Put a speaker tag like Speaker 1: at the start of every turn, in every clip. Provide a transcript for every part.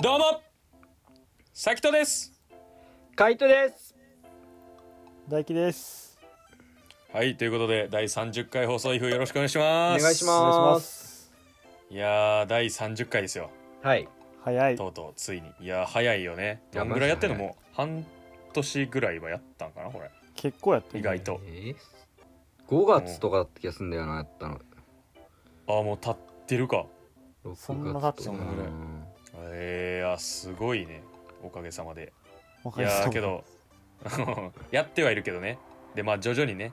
Speaker 1: どうもさきとです
Speaker 2: カイトです。
Speaker 3: 大輝です。
Speaker 1: はいということで第30回放送イフよろしくお願いします
Speaker 2: お願いし
Speaker 3: お
Speaker 2: ま
Speaker 3: 願いします。
Speaker 1: いやー第30回ですよ
Speaker 2: はい。
Speaker 3: 早い。
Speaker 1: とうとうついにいやー早いよね
Speaker 2: いや
Speaker 1: どんぐらいやってんの
Speaker 2: マジで
Speaker 1: もう半年ぐらいはやったんかなこれ
Speaker 3: 結構やって
Speaker 1: 意
Speaker 3: る、
Speaker 1: 外。と
Speaker 2: えー、5月とかだった気がすんだよな、やったの。
Speaker 1: ああもう経ってるか
Speaker 2: 6
Speaker 3: そんな経つ
Speaker 1: の
Speaker 2: ぐ
Speaker 1: ぐ
Speaker 2: ら
Speaker 1: ら
Speaker 2: い
Speaker 1: い。えー、あすごいねおかげさまで
Speaker 3: わか
Speaker 1: い
Speaker 3: りました
Speaker 1: やーけ。どやってはいるけど ねでまあ徐々にね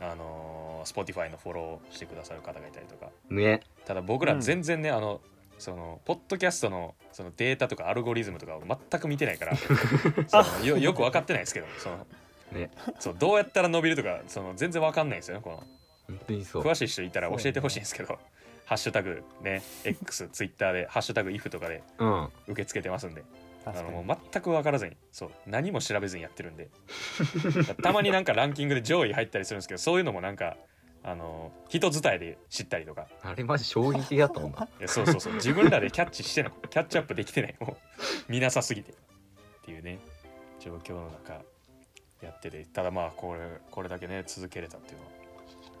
Speaker 1: あのー、Spotify のフォローしてくださる方がいたりとか
Speaker 2: ね。
Speaker 1: ただ僕ら
Speaker 3: うん
Speaker 1: 全然ね、あのそのポッドキャストのそのデータとかアルゴリズムとかを全く見てない からそのよよく分かってないですけどその
Speaker 2: ね。
Speaker 1: そうどうやったら伸びるとかその全然分かんないんですよねこの
Speaker 2: 本当にそう
Speaker 1: 詳。しい人いたら教えてほしいんですけど、ハッシュタグね X ツイッターで「ハッシュタグ #if」とかで
Speaker 2: うん。
Speaker 1: 受け付けてますんであ
Speaker 3: 確か
Speaker 1: の
Speaker 3: に
Speaker 1: もう全く分からずにそう何も調べずにやってるんでたまになんかランキングで上位入ったりするんですけどそういうのもなんかあの人伝いで知ったりとか
Speaker 2: あれマジ衝撃だったもんな。
Speaker 1: いやそうそうそう自分らでキャッチしてないキャッチアップできてないもう見なさすぎてっていうね状況の中やっててただまあこれこれだけね続けれたっていうのは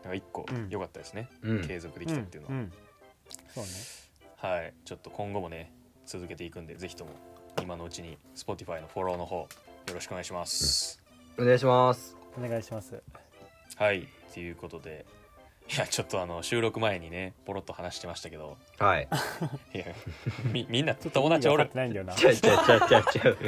Speaker 1: なんか一個
Speaker 3: うん
Speaker 1: 良かったですね、
Speaker 2: うん。
Speaker 1: 継続できたっていうのは、
Speaker 3: んんそうね。
Speaker 1: はいちょっと今後もね続けていくんでぜひとも今のうちに Spotify のフォローの方よろしくお願いします、
Speaker 2: お願いします。
Speaker 3: お願いします。
Speaker 1: はいということでいやちょっとあの収録前にねポロッと話してましたけど
Speaker 2: はい。
Speaker 1: いやみみんな友達お
Speaker 3: 意
Speaker 1: る
Speaker 3: 味わか ってないんだ よな。
Speaker 2: ちゃうちゃうちゃうちゃうちゃう。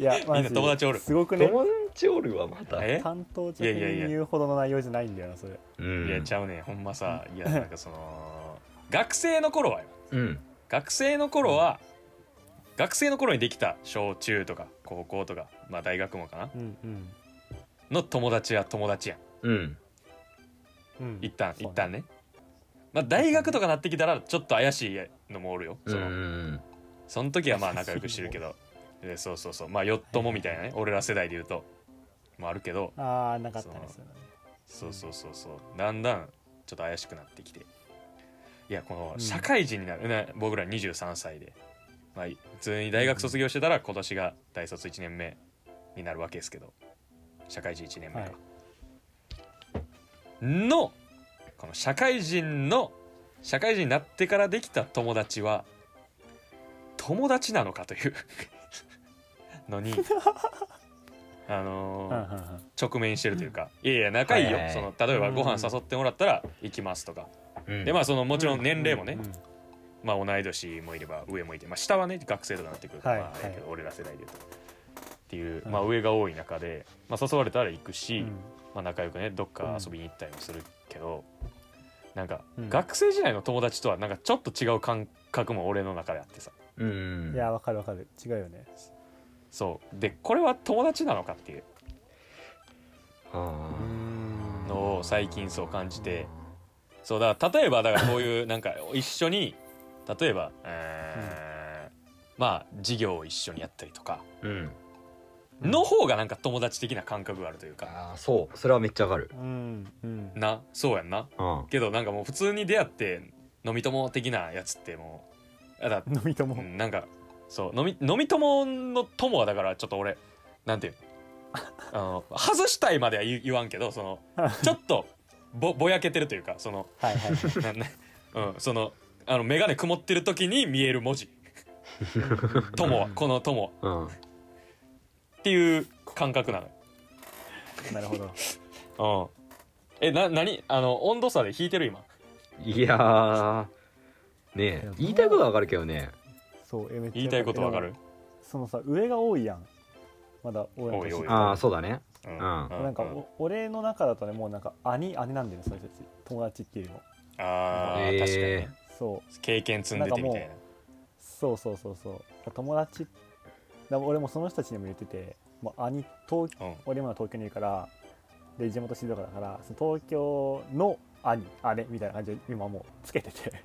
Speaker 3: いや、マジ
Speaker 1: みんな友達おる
Speaker 3: すごくね。
Speaker 2: 友達おるわ、また。
Speaker 1: え
Speaker 3: 担当直に
Speaker 1: いやいやいや
Speaker 3: 言うほどの内容じゃないんだよな、それ。
Speaker 2: うん。
Speaker 1: いやちゃうねほんまさいやなんかその学生の頃はよ
Speaker 2: うん。
Speaker 1: 学生の頃は学生の頃にできた小中とか高校とかまあ大学もかな
Speaker 3: うんうん。
Speaker 1: の友達は友達やん
Speaker 2: うん。
Speaker 3: うん、
Speaker 1: 一旦
Speaker 3: そう
Speaker 1: 一旦ねまあ大学とかなってきたらちょっと怪しいのもおるよ
Speaker 2: うん
Speaker 1: そ
Speaker 2: うんう
Speaker 1: の
Speaker 2: ん。
Speaker 1: その時はまあ仲良くしてるけどでそうそうそうまあよっともみたいなね俺ら世代で言うともあるけど
Speaker 3: ああなかったね
Speaker 1: そう
Speaker 3: それはね
Speaker 1: そうそうそうそうだんだんちょっと怪しくなってきていやこの
Speaker 3: うん
Speaker 1: 社会人になる、ね僕ら23歳で、まあ、普通に大学卒業してたら今年が大卒1年目になるわけですけど社会人1年目か、
Speaker 3: はい
Speaker 1: のこの社会人の社会人になってからできた友達は友達なのかというの にあのー
Speaker 3: うんうんうん
Speaker 1: 直面してるというか、いやいや仲いいよ、
Speaker 2: はいはい
Speaker 1: その例えば
Speaker 3: うん
Speaker 1: ご飯誘ってもらったら行きますとか、
Speaker 2: うん。
Speaker 1: でまあそのもちろん年齢もね、
Speaker 3: うんうん
Speaker 1: まあ、同い年もいれば上もいて、まあ、下はね学生とかなってくるから、
Speaker 3: はい
Speaker 1: まあ、あれやけど俺ら世代で言うとっていう、
Speaker 3: うん
Speaker 1: まあ、上が多い中で、まあ、誘われたら行くし、
Speaker 3: うん
Speaker 1: まあ、仲良くねどっか遊びに行ったりもするけど、なんか、
Speaker 3: うん
Speaker 1: 学生時代の友達とはなんかちょっと違う感覚も俺の中であってさ
Speaker 2: うん。
Speaker 3: いやわかるわかる違うよね
Speaker 1: そうでこれは友達なのかっていう
Speaker 2: は
Speaker 3: ん
Speaker 1: のを最近そう感じてそうだから例えばだからこういうなんか一緒に例えば、えーまあ授業を一緒にやったりとか
Speaker 2: あ。うん。
Speaker 1: の方がなんか友達的な感覚があるというか、
Speaker 2: ああ、そう。それはめっちゃわかる。
Speaker 3: うんうん
Speaker 1: なそうやんな
Speaker 2: うん。
Speaker 1: けどなんかもう普通に出会って飲み友的なやつってもうあだ
Speaker 3: 飲み友
Speaker 1: う、んなんかそう飲み飲み友の友はだからちょっと俺なんていうのあの外したいまでは言う言わんけどそのちょっとぼぼやけてるというかその
Speaker 3: はいはいはい
Speaker 1: ななうん、そのあの眼鏡曇ってる時に見える文字「 友は」この「友
Speaker 2: うん。」
Speaker 1: っていう感覚な
Speaker 3: なるほど
Speaker 1: の、うん、えな何あの温度差で引いてる今
Speaker 2: いやーね
Speaker 3: い
Speaker 2: え
Speaker 3: や
Speaker 2: 言いたいことはわかるけどね
Speaker 3: そうえめっちゃ
Speaker 1: 言いたいことわかる
Speaker 3: でもそのさ上が多いやんまだ俺の
Speaker 1: 多い
Speaker 3: 年
Speaker 1: 多い
Speaker 2: ああそうだね
Speaker 1: うん
Speaker 2: うん
Speaker 1: う
Speaker 3: なんか
Speaker 1: うん
Speaker 3: お俺の中だとねもうなんか兄姉なんだよねその人たち友達っていうよりも
Speaker 1: あー、
Speaker 2: えー
Speaker 1: 確かにね
Speaker 3: そう
Speaker 1: 経験積んでてみたいな
Speaker 3: そうそうそうそう友達だ俺もその人たちにも言っててもう兄東
Speaker 1: うん
Speaker 3: 俺今東京にいるからで地元静岡だからその東京の兄姉みたいな感じで今もうつけてて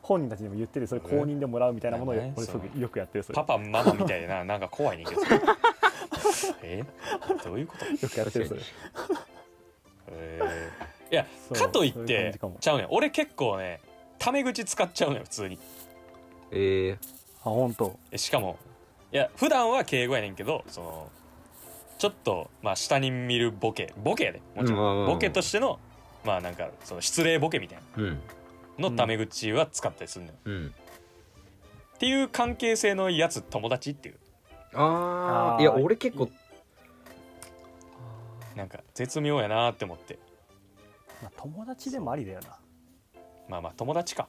Speaker 3: 本人たちにも言ってるそれ公認でもらうみたいなものを
Speaker 1: なんかね
Speaker 3: 俺すご
Speaker 1: そ
Speaker 3: くよくやってるそれ
Speaker 1: パパママみたい ななんか怖いねんけど えどういうこと
Speaker 3: よくやってるそれ
Speaker 1: えーいや
Speaker 3: そう
Speaker 1: かといっ
Speaker 3: そういう感
Speaker 1: て
Speaker 3: じかも
Speaker 1: ちゃうねん俺結構ねタメ口使っちゃうねん普通に
Speaker 2: えー、
Speaker 3: 本当
Speaker 1: えしかもいや普段は敬語やねんけどそのちょっとまあ下に見るボケボケやでもちろん、
Speaker 2: うんまあまあまあ
Speaker 1: ボケとしてのまあなんかその失礼ボケみたい
Speaker 2: うん
Speaker 1: なのタメ口は使ったりするのよ、
Speaker 2: うん
Speaker 1: っていう関係性のやつ友達っていう
Speaker 2: あ
Speaker 3: あ
Speaker 2: あ
Speaker 3: ー
Speaker 2: いや俺結構
Speaker 1: なんか絶妙やなーって思って
Speaker 3: まあ、友達でもありだよな
Speaker 1: まあまあ友達か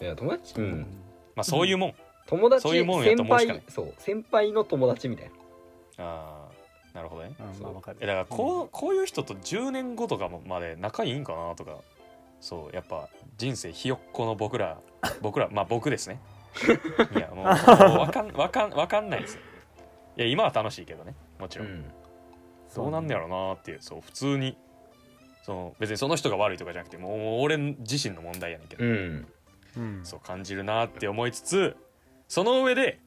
Speaker 2: いや友達うん
Speaker 1: まあそういうもん、
Speaker 2: 友達
Speaker 1: そういうもんやと
Speaker 2: 先
Speaker 1: 思うしかない
Speaker 2: 輩そう先輩の友達みたいな
Speaker 1: ああなるほどね
Speaker 3: うんまあわかる
Speaker 1: えだからこう,、こういう人と10年後とかもまで仲いいんかなとかそうやっぱ人生ひよっこの僕ら 僕らまあ僕ですねいやもうもうわかんわかんわかんないですよいや今は楽しいけどねもちろん、
Speaker 2: ん
Speaker 1: どうなんねやろなっていうそう普通にその別にその人が悪いとかじゃなくてもうもう俺自身の問題やねんけど、
Speaker 2: うん
Speaker 3: うん
Speaker 1: そう感じるなって思いつつその上で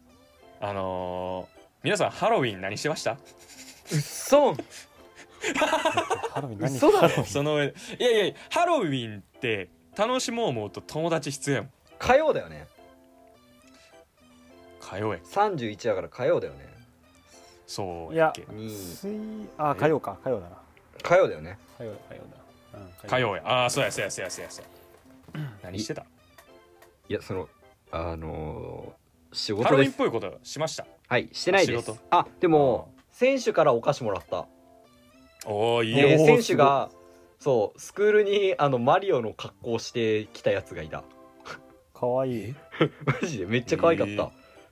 Speaker 1: あのー皆さんハロウィン何してました
Speaker 2: そう
Speaker 3: ハロウィン何
Speaker 2: 嘘だろ
Speaker 3: ハロウィン
Speaker 1: その上でいやいやハロウィンって楽しもう思うと友達必要やもん
Speaker 2: 火曜だよね
Speaker 1: 火曜や
Speaker 2: 31やから火曜だよね
Speaker 1: そうやっけ
Speaker 2: に
Speaker 3: 水あ火曜か火曜だな
Speaker 2: 火曜だよね
Speaker 3: 火曜だ火曜だ、うん、
Speaker 1: 火曜やああそうやそうやそうやそうやそうや何してた
Speaker 2: いやそのあのー仕
Speaker 1: ハ
Speaker 2: 事
Speaker 1: ロウ
Speaker 2: で
Speaker 1: ィンっ
Speaker 2: す
Speaker 1: ぽいことしました
Speaker 2: はいしてないで
Speaker 1: 仕
Speaker 2: す
Speaker 1: 事
Speaker 2: あでも選手からお菓子もらった
Speaker 1: おおいいよ
Speaker 2: で
Speaker 3: おー
Speaker 2: 選手がそうスクールにあのマリオの格好してきたやつがいた
Speaker 3: かわいい
Speaker 2: マジでめっちゃ可愛かった、
Speaker 1: えー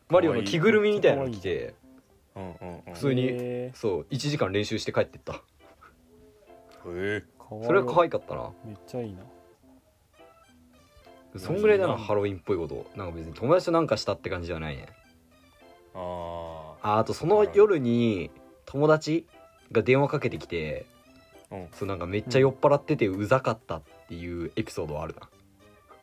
Speaker 2: マリオの着ぐるみみたいなの着て
Speaker 1: うんうんうん
Speaker 2: 普通に
Speaker 3: へ
Speaker 2: そう1時間練習して帰ってった
Speaker 1: え
Speaker 3: ーかわいい
Speaker 2: それは可愛かったな
Speaker 3: めっちゃいいな
Speaker 2: そんぐらいだ
Speaker 1: い
Speaker 2: ない
Speaker 1: な
Speaker 2: ハロウィンっぽいことなんか別に友達となんかしたって感じじゃないね
Speaker 1: ああ
Speaker 2: ああとその夜に友達が電話かけてきて、
Speaker 1: うん
Speaker 2: そうなんかめっちゃ酔っ払っててうざかったっていうエピソードはあるな、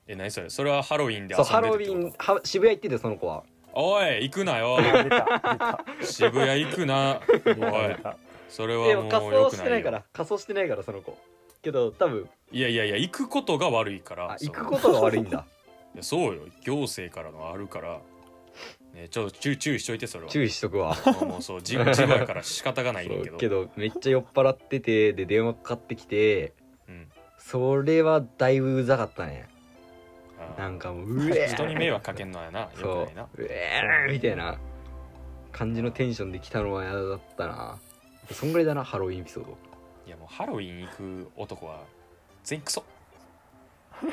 Speaker 1: え何それそれはハロウィンで遊
Speaker 2: そ
Speaker 1: ん
Speaker 2: うハロウ
Speaker 1: でてって
Speaker 2: ィ
Speaker 1: こ
Speaker 2: ンは渋谷行っててその子は
Speaker 1: とおい行くなよ
Speaker 3: あ出た
Speaker 1: 渋谷行く な
Speaker 3: 出た
Speaker 1: おい
Speaker 3: 出た
Speaker 1: それ
Speaker 2: で
Speaker 1: は
Speaker 2: も
Speaker 1: も
Speaker 2: 仮
Speaker 1: う良
Speaker 2: 装
Speaker 1: く
Speaker 2: し
Speaker 1: な
Speaker 2: て
Speaker 1: い
Speaker 2: な
Speaker 1: よ
Speaker 2: いから仮装してないからその子けど多分
Speaker 1: いやいやいや行くことが悪いから
Speaker 2: あ
Speaker 1: その
Speaker 2: 行くことが悪いん だ
Speaker 1: いやそうよ行政からのあるから、ね、ちょっと注注意しといてそれは
Speaker 2: 注意しとくわ
Speaker 1: もうもうそう事事故やから仕方がないねんけ
Speaker 2: そ
Speaker 1: ど
Speaker 2: うけどめっちゃ酔っ払っててで電話かかってきて
Speaker 1: うん、
Speaker 2: それはだいぶうざかったね
Speaker 1: あー
Speaker 2: なんかもううえー
Speaker 1: 人に迷惑かけんのはなよく
Speaker 2: そ
Speaker 1: ないな
Speaker 2: ううえーみたいな感じのテンションで来たのは嫌だったなそんぐらいだなハロウィンエピソード
Speaker 1: いやもうハロウィン行く男は全員クソ
Speaker 3: う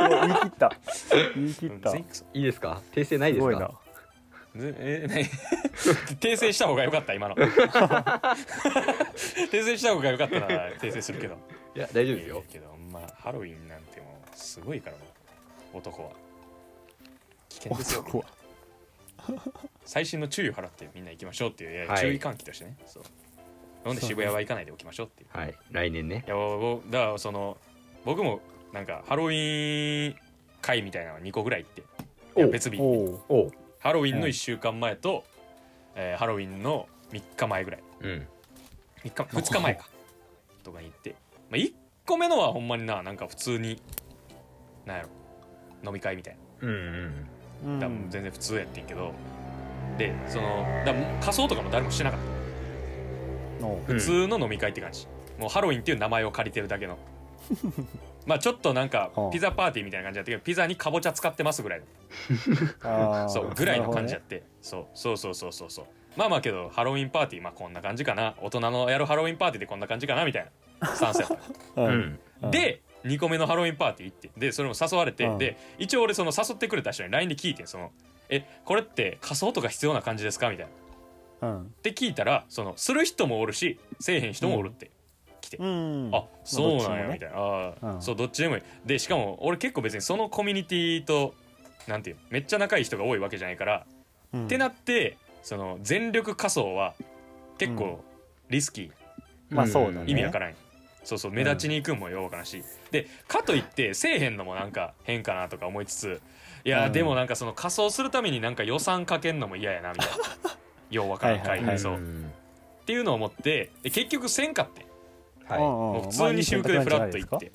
Speaker 3: わ言い切った言い切
Speaker 1: う
Speaker 3: っ
Speaker 1: ん
Speaker 3: た
Speaker 1: 全員
Speaker 3: す
Speaker 1: クソ
Speaker 2: いいですか訂正ないです
Speaker 3: ごい
Speaker 2: か
Speaker 3: な
Speaker 1: ぜ え何訂正した方が良かった今の訂正した方が良かったなら訂正するけど
Speaker 2: いや大丈夫です
Speaker 1: いや
Speaker 2: よ
Speaker 1: けどまあハロウィンなんてもうすごいからな男は危険ですよ
Speaker 3: 男は
Speaker 1: 最新の注意を払ってみんな行きましょうっていういや、
Speaker 2: はい
Speaker 1: 注意喚起としてねそうなんで渋谷は行かないでおきましょうっていう
Speaker 2: はい来年ね
Speaker 1: いやぼぼだからその僕もなんかハロウィーン会みたいなの2個ぐらい行っていや
Speaker 2: お
Speaker 1: 別日
Speaker 3: おう
Speaker 2: おう
Speaker 1: ハロウィン
Speaker 3: う
Speaker 1: の
Speaker 3: ん
Speaker 1: 1週間前と、えーハロウィンの3日前ぐらい
Speaker 2: うん
Speaker 1: 3日2日前かとかに行って、まあ、1個目のはほんまにななんか普通になんやろ飲み会みたいな
Speaker 2: うんうん
Speaker 3: うん
Speaker 1: だからもう全然普通やってんけど、でそのだから仮装とかも誰もしてなかった
Speaker 3: おう
Speaker 1: 普通の飲み会って感じ、もうハロウィンっていう名前を借りてるだけ のまあちょっとなんか
Speaker 3: はあ
Speaker 1: ピザパーティーみたいな感じだったけどピザにかぼちゃ使ってますぐらいの
Speaker 3: あー
Speaker 1: そうぐらいの感じ
Speaker 3: な
Speaker 1: やっ
Speaker 3: る
Speaker 1: て、そうそうそうそうそうそうまあまあけどハロウィンパーティーまあこんな感じかな大人のやるハロウィンパーティーでこんな感じかなみたいなスタンスやった
Speaker 3: ほ
Speaker 2: う
Speaker 3: どね
Speaker 2: ん
Speaker 3: うん
Speaker 1: で2個目のハロウィンパーティー行ってでそれも誘われて、
Speaker 3: うん
Speaker 1: で一応俺その誘ってくれた人に LINE で聞いてんその「えこれって仮装とか必要な感じですか?」みたいな。
Speaker 3: うん
Speaker 1: って聞いたらそのする人もおるしせえへん人もおるって、
Speaker 3: うん
Speaker 1: あそうなんやみ
Speaker 3: い
Speaker 1: たいなあー、
Speaker 3: うん
Speaker 1: そうどっちでもいいでしかも俺結構別にそのコミュニティとなんていうめっちゃ仲いい人が多いわけじゃないから、
Speaker 3: な
Speaker 1: ってなってその全力仮装は結構リスキー、
Speaker 3: まあそうだね
Speaker 1: 意味わからん、そうそう目立ちに行くんもようわからんし、でかといってせえへんのもなんか変かなとか思いつついやー、
Speaker 3: うん
Speaker 1: でもなんかその仮装するためになんか予算かけんのも嫌やなみたいな ようわからん
Speaker 3: は
Speaker 1: か
Speaker 3: い
Speaker 1: い、
Speaker 3: はいはい
Speaker 1: そうっていうのを思ってで結局せんかって
Speaker 2: は
Speaker 1: もう普通に私服でフラッと行って、
Speaker 3: うん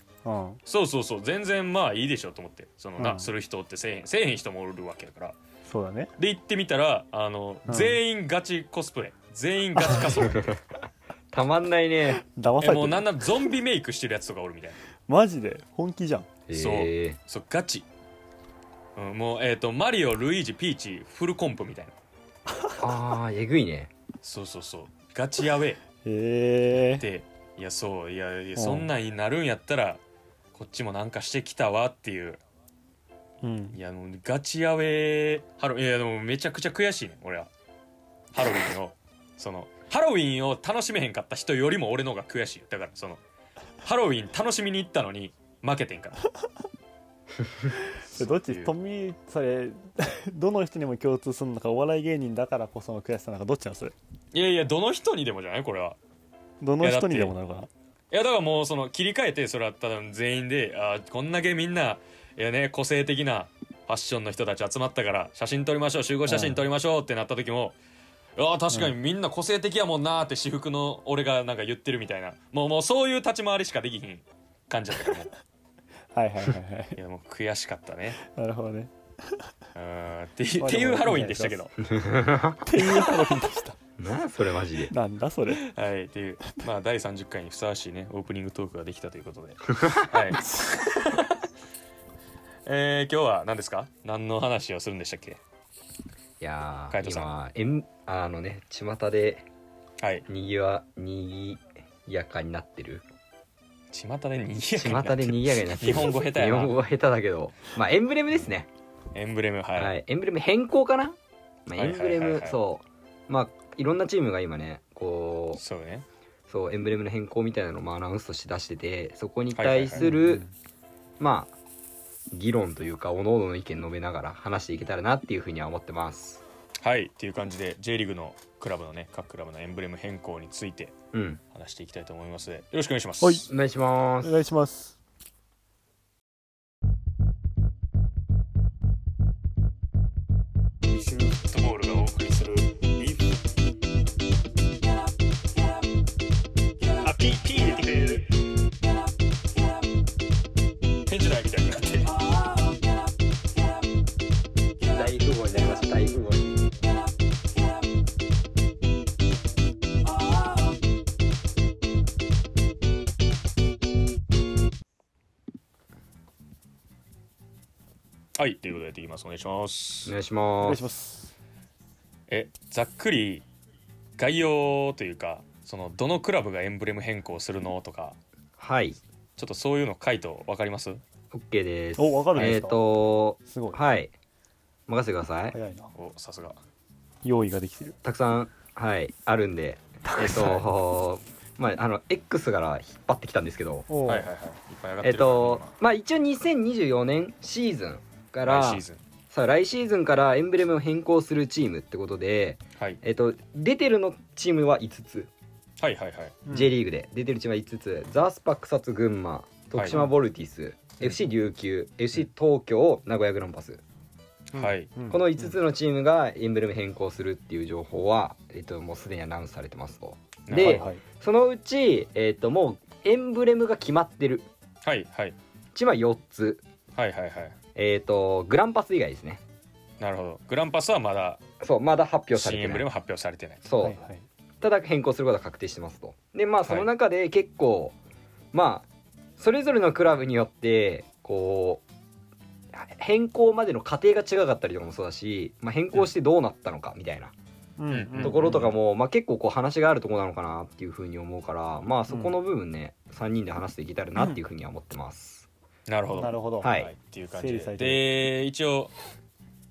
Speaker 1: そうそうそう全然まあいいでしょと思ってそのな、
Speaker 3: うん
Speaker 1: する人ってせえへんせえへん人もおるわけやから
Speaker 3: そうだね
Speaker 1: で行ってみたらあの、
Speaker 3: うん
Speaker 1: 全員ガチコスプレ全員ガチ仮 装
Speaker 2: たまんないね
Speaker 3: 騙
Speaker 1: え
Speaker 3: され
Speaker 1: も
Speaker 3: て
Speaker 1: うな
Speaker 3: る
Speaker 1: んならゾンビメイクしてるやつとかおるみたいな
Speaker 3: マジで本気じゃん
Speaker 1: そう
Speaker 2: え
Speaker 1: そうガチ、うん、もうえっ、とマリオルイージピーチフルコンプみたいな
Speaker 2: ー、あーえぐいね
Speaker 1: そうそうそうガチやべ
Speaker 3: へ
Speaker 1: え
Speaker 3: え
Speaker 1: でいやそういやいや
Speaker 3: うん
Speaker 1: そんなんになるんやったらこっちもなんかしてきたわっていう
Speaker 3: うん
Speaker 1: いやもうガチやべえハロいやでもめちゃくちゃ悔しいね俺はハロウィンを そのハロウィンを楽しめへんかった人よりも俺の方が悔しいだからそのハロウィン楽しみに行ったのに負けてんから
Speaker 3: それどっち富それ どの人にも共通するのかお笑い芸人だからこその悔しさなのかどっちなんそれ
Speaker 1: いやいやどの人にでもじゃないこれは
Speaker 3: ど
Speaker 1: い
Speaker 3: の
Speaker 1: やだって
Speaker 3: 人にでもなるかない
Speaker 1: やだからもうその切り替えてそれは多分全員であーこんだけみんないやね個性的なファッションの人たち集まったから写真撮りましょう集合写真撮りましょうってなった時も、あー確かにみんな個性的やもんなーって私服の俺がなんか言ってるみたいなもうもうそういう立ち回りしかできひん感じだったからも う
Speaker 3: はいはいはいはい
Speaker 1: いやもう悔しか ったね
Speaker 3: なるほどね
Speaker 1: うーんってい
Speaker 3: ま
Speaker 1: う
Speaker 3: あ
Speaker 1: ってい
Speaker 3: で
Speaker 1: う
Speaker 3: も
Speaker 1: ハロウィンでしたけど
Speaker 3: っていうハロウィンでした
Speaker 2: なあそれマジで
Speaker 3: なんだそれ
Speaker 1: はいって いうまあ第30回にふさわしいねオープニングトークができたということ ではい えー、今日は何ですか何の話をするんでしたっけ
Speaker 2: いや
Speaker 1: カイ
Speaker 2: ー
Speaker 1: トさん
Speaker 2: 今えんあのね巷で
Speaker 1: はい
Speaker 2: にぎわにぎやかになってる
Speaker 1: 巷でにぎやかになって
Speaker 2: 巷でにぎやかになって
Speaker 1: 日
Speaker 2: る
Speaker 1: 本語下手や
Speaker 2: 日本語
Speaker 1: な
Speaker 2: は下手だけどまあエンブレムですね
Speaker 1: エンブレムは、
Speaker 2: はいい、エンブレム変更かな、まあ、
Speaker 1: はい
Speaker 2: エンブレ
Speaker 1: はいはい
Speaker 2: ム
Speaker 1: はい
Speaker 2: そうまあいろんなチームが今ねこ
Speaker 1: そうね
Speaker 2: うそうエンブレムの変更みたいなのもアナウンスとして出しててそこに
Speaker 1: はいはいは
Speaker 2: 対
Speaker 1: い
Speaker 2: するまあ議論というか各々の意見述べながら話していけたらなっていうふうには思ってます
Speaker 1: はいっていう感じで J リーグのクラブのね各クラブのエンブレム変更について
Speaker 2: うん
Speaker 1: 話していきたいと思いますのでよろしくお願いします
Speaker 3: はい
Speaker 2: お願いしま
Speaker 3: お
Speaker 2: す
Speaker 3: 願いします
Speaker 1: フットボールがお送りするあピーピー入れてくれる返事ないみたいになってる
Speaker 2: 大富豪になりました大富豪に
Speaker 1: はいということでやっていきますお願いしま
Speaker 2: お
Speaker 1: す
Speaker 2: 願いし
Speaker 3: お願
Speaker 2: ま
Speaker 3: いし
Speaker 2: す
Speaker 3: ます
Speaker 1: えざっくり概要というかそのどのクラブがエンブレム変更するのとか
Speaker 2: はい
Speaker 1: ちょっとそういうの書いと分かります
Speaker 2: OK です
Speaker 3: おわかるんで
Speaker 2: え
Speaker 3: す
Speaker 2: っ、
Speaker 3: か
Speaker 2: と
Speaker 3: すごい
Speaker 2: はい任せてください
Speaker 3: 早いな
Speaker 1: おさすが
Speaker 3: 用意ができてる
Speaker 2: たくさんはいあるんでえっ、とまああの X から引っ張ってきたんですけど
Speaker 3: おう
Speaker 1: はいはいはいいっぱい上がって
Speaker 2: えっ、
Speaker 1: るから
Speaker 2: とまあ一応2024年シーズンか
Speaker 1: 今
Speaker 2: ら
Speaker 1: 来シーズン
Speaker 2: さあ来シーズンからエンブレムを変更するチームってことで、
Speaker 1: はい
Speaker 2: えっと出てるのチームは5つ、
Speaker 1: はいはいはい
Speaker 2: J リーグで出てるチームは5つザースパ草津群馬徳島ボルティス、FC 琉球、FC 東京名古屋グランパス、
Speaker 1: はい
Speaker 2: この5つのチームがエンブレム変更するっていう情報は、えっと、もうすでにアナウンスされてますとで
Speaker 1: はい
Speaker 3: はい
Speaker 2: そのうち、えっともうエンブレムが決まってる
Speaker 1: はいはい
Speaker 2: チームは4つ、
Speaker 1: はいはいはい
Speaker 2: えっとグランパス以外ですね
Speaker 1: なるほどグランパスはまだ
Speaker 2: そうまだ発表され
Speaker 1: 新エ
Speaker 2: て
Speaker 1: ン
Speaker 2: な
Speaker 1: ブレ
Speaker 2: い
Speaker 1: ム発表されてない
Speaker 2: そう、
Speaker 3: はいはい
Speaker 2: ただ変更することは確定してますとでまあそ
Speaker 1: は
Speaker 2: の
Speaker 1: い
Speaker 2: 中で結構、まあそれぞれのクラブによってこう変更までの過程が違かったりとかもそうだし、まあ、変更してどうなったのかみたいな
Speaker 3: うん
Speaker 1: うん
Speaker 2: ところとかも、まあ、結構こう話があるところなのかなっていうふうに思うからまあそこの部分ね、3人で話していけたらなっていうふうには思ってます。
Speaker 1: なるほど
Speaker 3: なるほど
Speaker 2: はい
Speaker 1: っていう感じ
Speaker 3: 整理さ
Speaker 1: で
Speaker 3: れてる
Speaker 1: で一応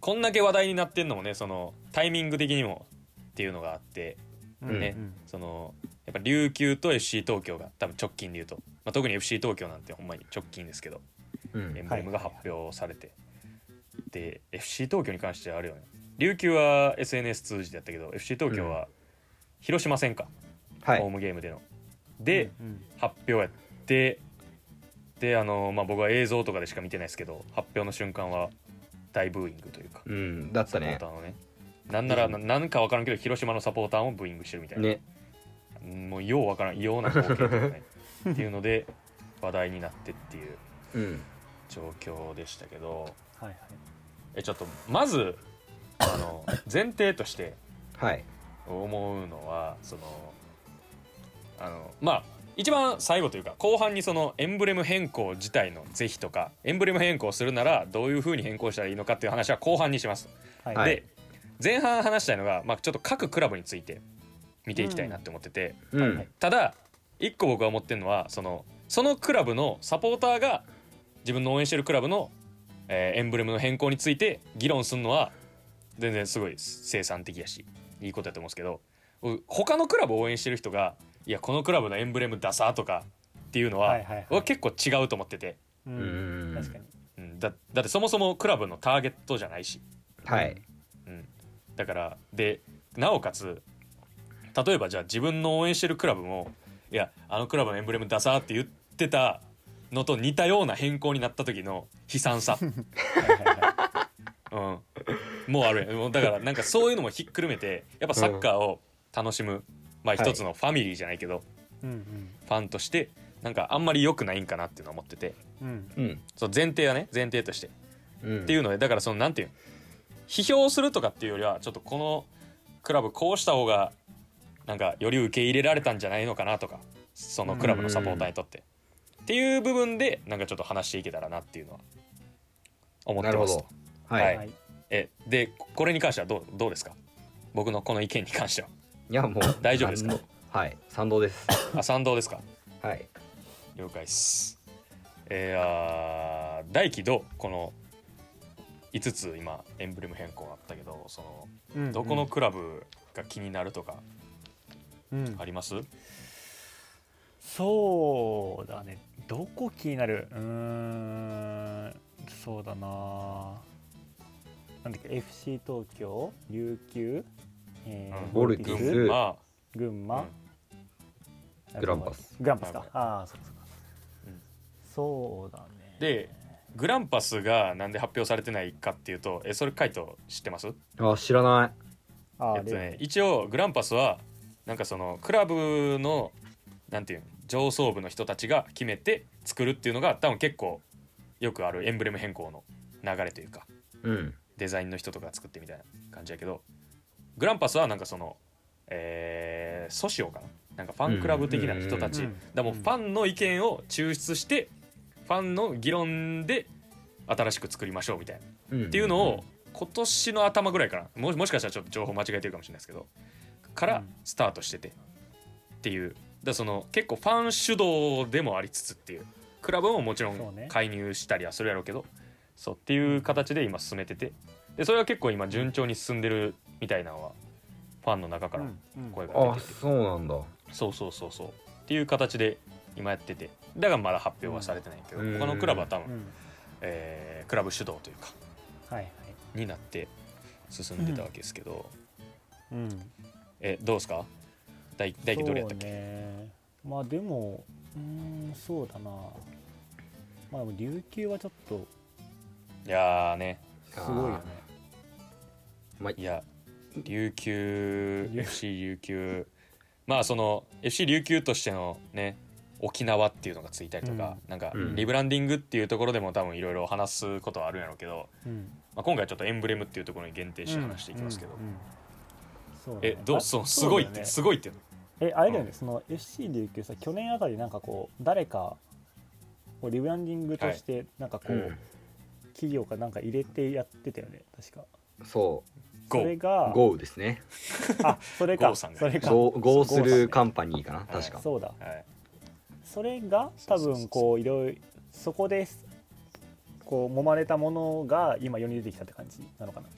Speaker 1: こんだけ話題になってんのもねそのタイミング的にもっていうのがあって
Speaker 3: うん
Speaker 1: ねそのやっぱ琉球と FC 東京が多分直近で言うと、まあ、特に FC 東京なんてほんまに直近ですけど
Speaker 2: うん
Speaker 1: エンブレムが発表されて、で FC 東京に関してはあるよね琉球は SNS 通じてやったけど FC 東京は広島戦か、
Speaker 2: は
Speaker 1: ホー
Speaker 2: い、
Speaker 1: ムゲームでので、
Speaker 3: うん
Speaker 1: 発表やってであの、まあ、僕は映像とかでしか見てないですけど発表の瞬間は大ブーイングというか
Speaker 2: うん、だった
Speaker 1: サポー
Speaker 2: ね
Speaker 1: タ。ーのねなんなら
Speaker 2: うん
Speaker 1: ななんか分からんけど広島のサポーターもブーイングしてるみたいな、
Speaker 2: ね
Speaker 1: もうよう分からん異様な光景とかねっていうので 話題になってっていう
Speaker 2: うん
Speaker 1: 状況でしたけど
Speaker 3: はいはい
Speaker 1: えちょっとまずあの前提として
Speaker 2: はい
Speaker 1: 思うのはそのあのまあ一番最後というか後半にそのエンブレム変更自体の是非とかエンブレム変更するならどういう風に変更したらいいのかっていう話は後半にします。
Speaker 3: はい
Speaker 2: はい
Speaker 1: で前半話したいのが、まあ、ちょっと各クラブについて見ていきたいなって思ってて、
Speaker 2: う
Speaker 3: は
Speaker 2: ん
Speaker 3: い
Speaker 1: ただ一個僕が思ってるのはそのそのクラブのサポーターが自分の応援してるクラブの、えーエンブレムの変更について議論するのは全然すごい生産的やしいいことだと思うんですけどう他のクラブを応援してる人が「いやこのクラブのエンブレムダサ」とかっていうのは,、
Speaker 3: はいはいはい
Speaker 1: は結構違うと思ってて、
Speaker 3: う
Speaker 2: うんん
Speaker 3: 確かに
Speaker 1: うん、だだってそもそもクラブのターゲットじゃないし。
Speaker 2: はい
Speaker 1: うん、だからでなおかつ例えばじゃあ自分の応援してるクラブもいやあのクラブのエンブレムダサーって言ってたのと似たような変更になった時の悲惨 さ、
Speaker 3: はいはいは
Speaker 1: うん、もうあるやんもうだからなんかそういうのもひっくるめてやっぱサッカーを楽しむ、まあ
Speaker 2: はい
Speaker 1: 一つのファミリーじゃないけど、
Speaker 3: いうん
Speaker 1: ファンとしてなんかあんまり良くないんかなっていうのは思ってて
Speaker 3: うんうん
Speaker 2: うん
Speaker 1: その前提はね前提として
Speaker 2: うん
Speaker 1: っていうのでだからそのなんていうの批評するとかっていうよりはちょっとこのクラブこうした方がなんかより受け入れられたんじゃないのかなとかそのクラブのサポーターにとってっていう部分でなんかちょっと話していけたらなっていうのは思っ
Speaker 2: な
Speaker 1: て
Speaker 2: るほ
Speaker 1: ます
Speaker 2: ど
Speaker 1: と
Speaker 2: はい、
Speaker 1: はい
Speaker 2: い、
Speaker 3: はい
Speaker 1: えでこれに関してはどうどうですか僕のこの意見に関しては
Speaker 2: やもう
Speaker 1: 大丈夫ですか
Speaker 2: 賛同はい賛同です
Speaker 1: あ賛同ですか
Speaker 2: はい
Speaker 1: 了解ですえー、あー大輝どうこの5つ今エンブレム変更あったけどその
Speaker 3: うん
Speaker 1: どこのクラブが気になるとか
Speaker 3: うんうん
Speaker 1: あります？
Speaker 3: そうだねどこ気になるうーんそうだななんだっけ FC 東京琉球、えー
Speaker 1: うん
Speaker 2: ボルテ
Speaker 3: 群
Speaker 2: ィ
Speaker 1: 群
Speaker 2: ス
Speaker 3: 馬
Speaker 1: 馬、
Speaker 3: 群馬、あ
Speaker 2: グランパス
Speaker 3: グランパスか
Speaker 1: グ
Speaker 3: ああーそうかそうか、
Speaker 1: うん
Speaker 3: そうだね
Speaker 1: でグランパスがなんで発表されてないかっていうとえそれカイト知ってます？
Speaker 2: あ知らない
Speaker 3: あ
Speaker 1: え
Speaker 3: あ
Speaker 1: っとね
Speaker 3: で
Speaker 1: 一応グランパスはなんかそのクラブのなんていうの上層部の人たちが決めて作るっていうのが多分結構よくあるエンブレム変更の流れというか
Speaker 2: うん
Speaker 1: デザインの人とか作ってみたいな感じやけどグランパスはなんかそのえー、ソシオかななんかファンクラブ的な人たち、
Speaker 3: うんうんうん
Speaker 1: だからもうファンの意見を抽出してファンの議論で新しく作りましょうみたいなっ
Speaker 2: うんって
Speaker 1: いうのを今年の頭ぐらいからももしかしたらちょっと情報間違えてるかもしれないですけどからスタートしててっていうだからその結構ファン主導でもありつつっていうクラブももちろ
Speaker 3: そうんね
Speaker 1: 介入したりはするやろうけどそうっていう形で今進めててでそれは結構今順調に進んでるみたいなのはファンの中から
Speaker 3: うんうん
Speaker 1: 声が出てて、
Speaker 2: あそうなんだ
Speaker 1: そうそうそうそうっていう形で今やっててだからまだ発表はされてないけど、
Speaker 2: うん
Speaker 1: 他のクラブは多
Speaker 3: う
Speaker 1: 分、
Speaker 3: ん
Speaker 1: えークラブ主導というか
Speaker 3: はいはい
Speaker 1: になって進んでたわけですけど、
Speaker 3: うん
Speaker 1: えどうですか大大輝どれやったっけ
Speaker 3: そうねまあでもうーんそうだなまあでも琉球はちょっと
Speaker 1: いやーね
Speaker 3: すごいよね
Speaker 1: いや琉球
Speaker 3: 琉
Speaker 1: FC 琉球まあその FC 琉球としてのね沖縄っていうのがついたりとか、なんか
Speaker 2: うん
Speaker 1: リブランディングっていうところでも多分いろいろ話すことはあるんやろうけど、
Speaker 3: うん
Speaker 1: まあ、今回ちょっとエンブレムっていうところに限定して話していきますけど、
Speaker 3: うんうんそうだね
Speaker 1: えどう
Speaker 3: あ
Speaker 1: そうす
Speaker 3: だ
Speaker 1: ごいっ
Speaker 3: よ
Speaker 1: て、
Speaker 3: ね
Speaker 1: すごいって
Speaker 3: えあれだよね、その FC 琉球さ去年あたりなんかこう誰かこうリブランディングとしてなんかこう、企業かなんか入れてやってたよね確か
Speaker 2: そ
Speaker 1: ゴ
Speaker 3: それ
Speaker 1: ー
Speaker 2: う
Speaker 3: が
Speaker 2: 豪雨ですね
Speaker 3: あそれか
Speaker 1: 豪さ
Speaker 3: そ
Speaker 1: んが
Speaker 3: れか
Speaker 2: 豪豪するカ
Speaker 3: か
Speaker 2: ンパニーかな確か
Speaker 3: そうだ
Speaker 1: はい
Speaker 3: それが
Speaker 1: そ
Speaker 3: 多
Speaker 1: うそうそうそう
Speaker 3: 分こういろいろそこですこう揉まれたものが今世に出てきたって感じなのかなきっ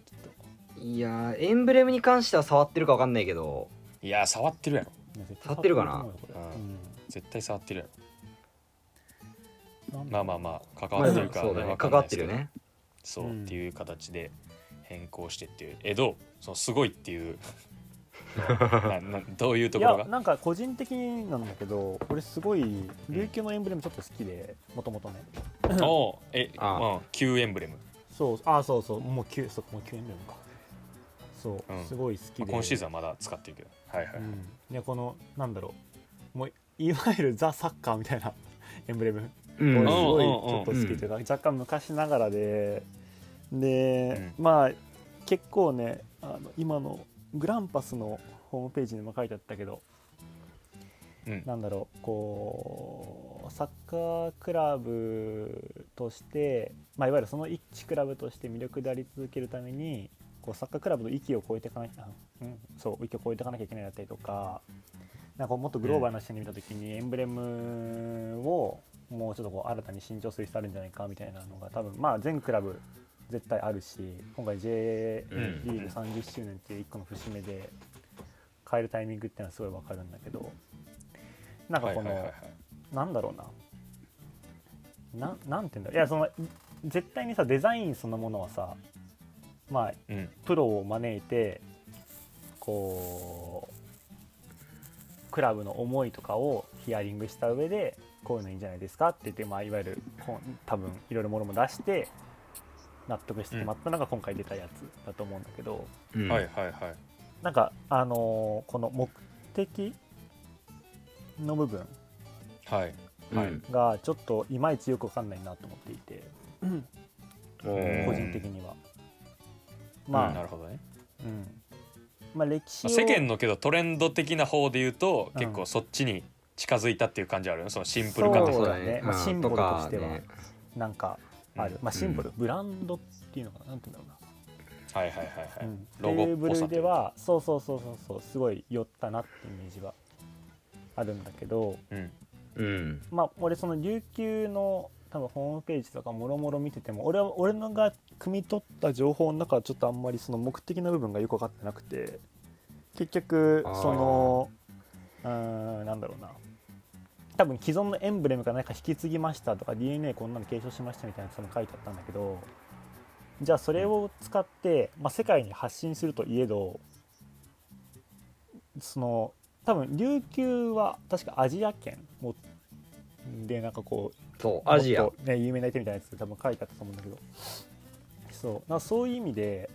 Speaker 3: と
Speaker 2: いやーエンブレムに関しては触ってるかわかんないけど
Speaker 1: いやー触ってるやろ
Speaker 2: 触ってるかな
Speaker 3: 絶対触ってると思うよこ
Speaker 1: 絶対触ってるやろ
Speaker 3: れうん
Speaker 1: まあまあまあ関わってるか
Speaker 2: まあそうだね
Speaker 1: わか
Speaker 2: 関
Speaker 1: んな
Speaker 2: わ
Speaker 1: い
Speaker 2: っ
Speaker 1: で
Speaker 2: て
Speaker 1: すけ
Speaker 2: る
Speaker 1: ど
Speaker 2: ね
Speaker 1: そう、
Speaker 3: うん
Speaker 1: っていう形で変更してっていうえどうそのすごいっていう ななどういうと
Speaker 3: い
Speaker 1: ころ
Speaker 3: や
Speaker 1: が
Speaker 3: なんか個人的なんだけど俺すごい琉球のエンブレムちょっと好きでもともとね
Speaker 1: おうえ
Speaker 2: あ
Speaker 1: うん旧エンブレム、そう
Speaker 3: あそうそうもう9そこもう9エンブレムかそう、
Speaker 1: うん
Speaker 3: すごい好き
Speaker 1: まあ
Speaker 3: で
Speaker 1: 今シーズンはまだ使ってるけどはいはい、
Speaker 3: うん、でこのなんだろうもういわゆるザ・サッカーみたいな エンブレム
Speaker 2: う
Speaker 3: 俺
Speaker 1: あ
Speaker 2: ん
Speaker 3: すごい
Speaker 1: う
Speaker 3: ち
Speaker 1: ん
Speaker 3: ょっと好きというか若干昔ながらでで、
Speaker 1: う
Speaker 3: まあ結構ねあの今のグランパスのホームページにも書いてあったけど
Speaker 1: うん
Speaker 3: なんだろうこうサッカークラブとして、まあ、いわゆるその一クラブとして魅力であり続けるためにこうサッカークラブの域を超えていかなきゃ、あうん、そう域を超えていかなきゃいけないだったりとかなんかもっとグローバルな視点で見た時にエンブレムをもうちょっとこう新たに新調する必要あるんじゃないかみたいなのが多分まあ全クラブ絶対あるし今回 J リ
Speaker 2: うん
Speaker 3: ーグ30周年っていう1個の節目で変えるタイミングっていうのはすごいわかるんだけどなんか
Speaker 1: はい
Speaker 3: こ
Speaker 1: はいはいは
Speaker 3: の
Speaker 1: い
Speaker 3: なんだろうなななんて言うんだろういやそのい絶対にさデザインそのものはさまあ
Speaker 1: うん
Speaker 3: プロを招いてこうクラブの思いとかをヒアリングした上でこういうのいいんじゃないですかって言って、まあ、いわゆるこう多分いろいろものも出して納得して決まったのが今回出たやつだと思うんだけど、
Speaker 2: うん
Speaker 1: はいはいはい
Speaker 3: なんかあのーこの目的の部分
Speaker 1: はい
Speaker 2: うん
Speaker 1: はい
Speaker 3: がちょっといまいちよくわかんないなと思っていて、
Speaker 1: うん
Speaker 3: 個人的には。
Speaker 1: うん
Speaker 3: ま
Speaker 1: な
Speaker 3: あ、
Speaker 1: るほどね
Speaker 3: うんまあ、歴史
Speaker 1: ま
Speaker 3: を
Speaker 1: あ世間のけどトレンド的な方で言うと
Speaker 3: うん
Speaker 1: 結構そっちに近づいたっていう感じあるよねそのシンプル
Speaker 2: そ
Speaker 1: 感
Speaker 2: う
Speaker 1: とか
Speaker 2: だね
Speaker 3: まあシンボルとしては
Speaker 2: うんかね
Speaker 3: なんかある、
Speaker 1: うん
Speaker 3: まあ、シンボル、ブランドっていうのかななんて言うんだろ
Speaker 1: はいはいはいは
Speaker 3: う
Speaker 1: い、
Speaker 3: な、
Speaker 1: ロ
Speaker 3: うん、テ
Speaker 1: ゴ
Speaker 3: ー
Speaker 1: っ
Speaker 3: ブ
Speaker 1: ぽさ
Speaker 3: ル
Speaker 1: と
Speaker 3: で
Speaker 1: いうか
Speaker 3: はそうそうそうそうそうすごい寄ったなってイメージはあるんだけど
Speaker 1: うん
Speaker 2: うん
Speaker 3: まあ俺その琉球の多分ホームページとかもろもろ見てても俺は俺のが汲み取った情報の中はちょっとあんまりその目的の部分がよく分かってなくて結局
Speaker 2: あー
Speaker 3: そのうーんなんだろうな多分既存のエンブレムかなんか引き継ぎましたとか DNA こんなの継承しましたみたいなその書いてあったんだけどじゃあそれを使って、まあ、世界に発信するといえどその多分琉球は確かアジア圏をでなんかこう
Speaker 2: そうアジア
Speaker 3: もっとね、有名な人みたいなやつ多分書いてあったと思うんだけどそうなんかそういう意味で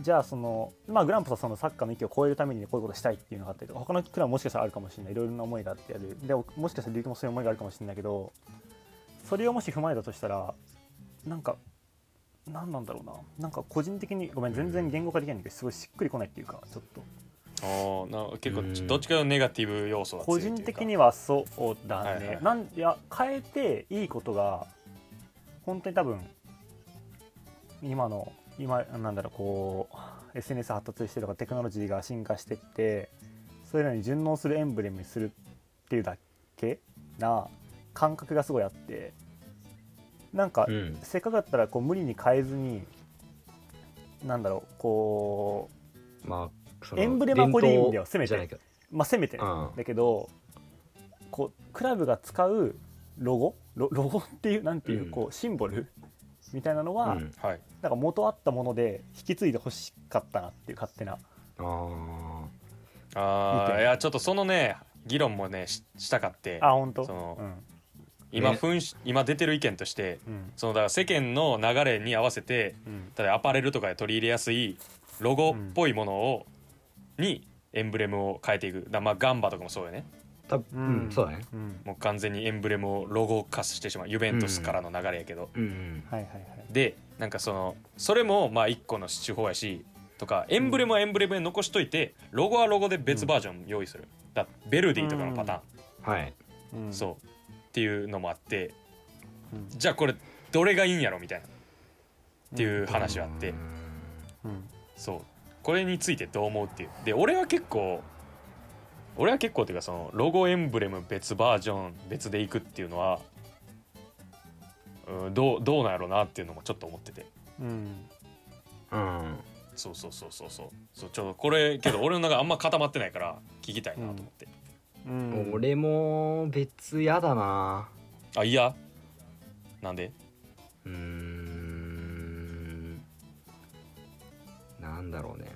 Speaker 3: じゃあその、まあ、グランパスはそのサッカーの域を超えるためにこういうことしたいっていうのがあったりとか他のクラブもしかしたらあるかもしれないいろいろな思いがあってやるでももしかしたら琉球もそういう思いがあるかもしれないけどそれをもし踏まえたとしたらなんか何なんだろうななんか個人的にごめん全然言語化できないんだけどすごいしっくりこないっていうかちょっと
Speaker 1: あーな結構
Speaker 2: うん
Speaker 1: どっちかのネガティブ要素が強
Speaker 3: 個
Speaker 1: いという
Speaker 3: 人
Speaker 1: か
Speaker 3: 的にはそうだね、
Speaker 1: はいはい
Speaker 3: なんいや変えていいことが本当に多分今の今なんだろうこう SNS 発達してとかテクノロジーが進化してってそれらに順応するエンブレムにするっていうだけな感覚がすごいあってなんか
Speaker 2: うん
Speaker 3: せっかくだったらこう無理に変えずになんだろうこ
Speaker 2: まあその
Speaker 3: エンブレムはこれでいいんだよ
Speaker 2: 伝統
Speaker 3: せめて
Speaker 2: じゃないけど
Speaker 3: うまあせめてね、
Speaker 2: うん
Speaker 3: だけどこうクラブが使うロゴロロゴっていうなんていう,、
Speaker 2: うん
Speaker 3: こうシンボルみたいなのは、
Speaker 2: うん
Speaker 1: はい
Speaker 3: なんか元あったもので引き継いでほしかったなっていう勝手な
Speaker 2: あ
Speaker 1: あー
Speaker 3: 見て
Speaker 1: いやちょっとそのね議論もねししたかって
Speaker 3: あ本当
Speaker 1: その
Speaker 3: うん
Speaker 1: 今
Speaker 2: ね
Speaker 1: ふんし今出てる意見として
Speaker 3: うん
Speaker 1: そのだから世間の流れに合わせて
Speaker 3: うん
Speaker 1: 例えばアパレルとかで取り入れやすいロゴっぽいものを、にエンブレムを変えていくだからまあガンバとかもそうよね
Speaker 2: ー多分うん、そうだね
Speaker 3: うん
Speaker 1: もう完全にエンブレムをロゴ化してしまうユベントスからの流れやけど、
Speaker 2: うん
Speaker 3: はいはいはい
Speaker 1: でなんかそのそれもまあ一個の手法やしとかエンブレムはエンブレムで残しといてロゴはロゴで別バージョン用意する、だベルディとかのパターン、
Speaker 2: はい
Speaker 3: うん
Speaker 1: そうっていうのもあって
Speaker 3: うん
Speaker 1: じゃあこれどれがいいんやろみたいなっていう話があって、
Speaker 3: うん
Speaker 1: そうこれについてどう思うっていうで俺は結構俺は結構っていうかそのロゴエンブレム別バージョン別でいくっていうのはうんどうどうなんやろうなっていうのもちょっと思ってて
Speaker 3: うん
Speaker 2: うん
Speaker 1: そうそうそうそうそうそうちょっとこれけど俺の中あんま固まってないから聞きたいなと思って、
Speaker 3: うん
Speaker 2: 俺も別やだな
Speaker 1: あいやなんで
Speaker 2: うーんなんだろうね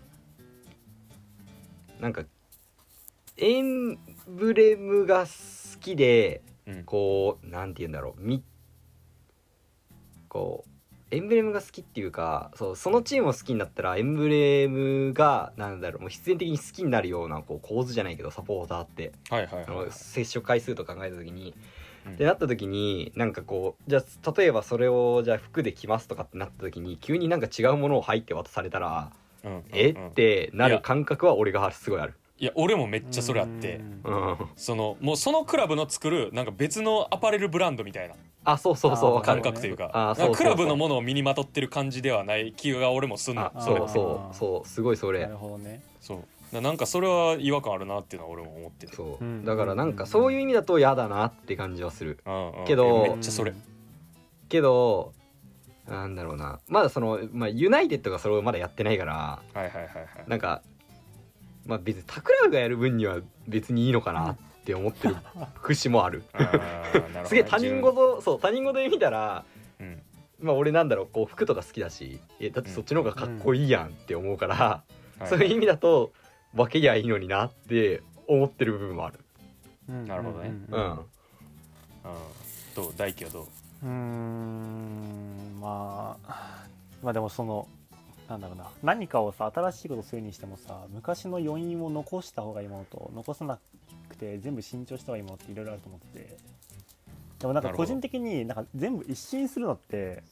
Speaker 2: なんかエンブレムが好きで
Speaker 1: うん
Speaker 2: こうなんて言うんだろうみこうエンブレムが好きっていうかそうそのチームを好きになったらエンブレムがなんだろうもう必然的に好きになるようなこう構図じゃないけどサポーターって
Speaker 1: はいはい
Speaker 2: あ
Speaker 1: はい
Speaker 2: の接触回数と考えた時に
Speaker 1: うん
Speaker 2: ってなった時になんかこうじゃあ例えばそれをじゃあ服で着ますとかってなった時に急になんか違うものを入って渡されたら、
Speaker 1: うんうん
Speaker 2: え
Speaker 1: うん
Speaker 2: ってない
Speaker 1: や
Speaker 2: る感覚は俺がすごいある。
Speaker 1: いや俺もめっちゃそれあって
Speaker 3: うん
Speaker 2: うん、
Speaker 1: そのもうそのクラブの作るなんか別のアパレルブランドみたいな
Speaker 2: あそうそうそう
Speaker 3: あ
Speaker 2: わか
Speaker 1: 感
Speaker 2: る。
Speaker 1: 覚というか
Speaker 2: あー
Speaker 1: なんか
Speaker 2: そうそうそう
Speaker 1: クラブのものを身にまとってる感じではない気が俺もすんの
Speaker 2: あ
Speaker 1: それ
Speaker 2: そうそうそうすごいそ
Speaker 3: な
Speaker 2: れ
Speaker 3: る。ほどね
Speaker 1: そうななんかそれは違和感あるなっていうのは俺も思ってる
Speaker 2: そううんだからなんかそういう意味だと嫌だなって感じはする。
Speaker 1: うんうん
Speaker 2: けど
Speaker 1: めっちゃそれ
Speaker 2: けどなんだろうなまだその、まあ、ユナイテッドがそれをまだやってないから
Speaker 1: はいはいはいは
Speaker 2: なんか、まあ、別に桜がやる分には別にいいのかなって思ってる節 もある。
Speaker 1: いあーなるほどね
Speaker 2: すげえ他人事そう他人事で見たら
Speaker 1: うん
Speaker 2: まあ俺なんだろうこう服とか好きだしえだってそっちの方がかっこいいやんって思うから、
Speaker 1: はい
Speaker 2: そういう意味だと分けりゃいいのになって思ってる部分もある。
Speaker 1: なるほどね
Speaker 2: うん、
Speaker 1: うんどう大輝はどう
Speaker 3: うーんまあまあでもそのなんだろうな何かをさ新しいことするにしてもさ昔の余韻を残した方がいいものと残さなくて全部新調した方がいいものっていろいろあると思っててでもなんか
Speaker 1: なるほ
Speaker 3: 個
Speaker 1: ど
Speaker 3: 人的になんか全部一新するのって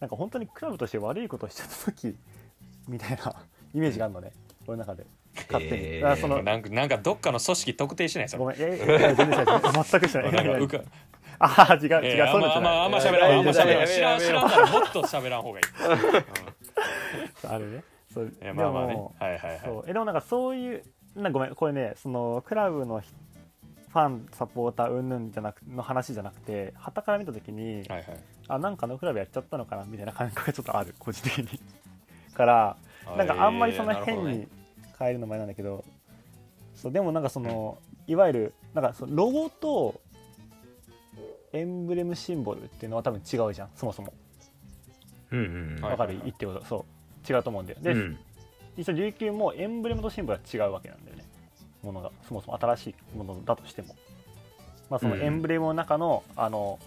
Speaker 3: なんか本当にクラブとして悪いことをしちゃった時 みたいなイメージがあるのね俺の中で勝手に、
Speaker 2: えー
Speaker 3: だから その
Speaker 1: なんかなんかどっかの組織特定しないそれ
Speaker 3: ごめんいやいやいや全然しない全くし ない
Speaker 1: なんかうか
Speaker 3: ああ違う違う、
Speaker 1: えーあ
Speaker 3: そ
Speaker 1: ん
Speaker 3: うい
Speaker 1: ま
Speaker 3: うのじ
Speaker 1: あ
Speaker 3: ゃ
Speaker 1: ん
Speaker 3: ない
Speaker 1: まあんま喋らんあんま喋らん知らん知らんからもっと喋らん方がいい
Speaker 3: あれねそう
Speaker 1: いやまあまあ
Speaker 3: で
Speaker 1: ね
Speaker 3: も
Speaker 1: はいはいはい
Speaker 3: そうえでもなんかそういうなごめんこれねそのクラブのひファンサポーターうんぬんじゃなくの話じゃなくて旗から見た時に、
Speaker 1: はいはい
Speaker 3: あなんかあのクラブやっちゃったのかなみたいな感覚がちょっとある 個人的にからなんかあんまりそんな変に変えるのもあれなんだけどそうでもなんかそのいわゆるなんかそのロゴとエンブレムシンボルっていうのは多分違うじゃんそもそも
Speaker 2: うんうんうん
Speaker 1: はい
Speaker 3: わかる言ってることそう違うと思うんだよで、
Speaker 2: うん
Speaker 3: 一応琉球もエンブレムとシンボルは違うわけなんだよねものがそもそも新しいものだとしても、まあ、その
Speaker 2: うん
Speaker 3: エンブレムの中の、あの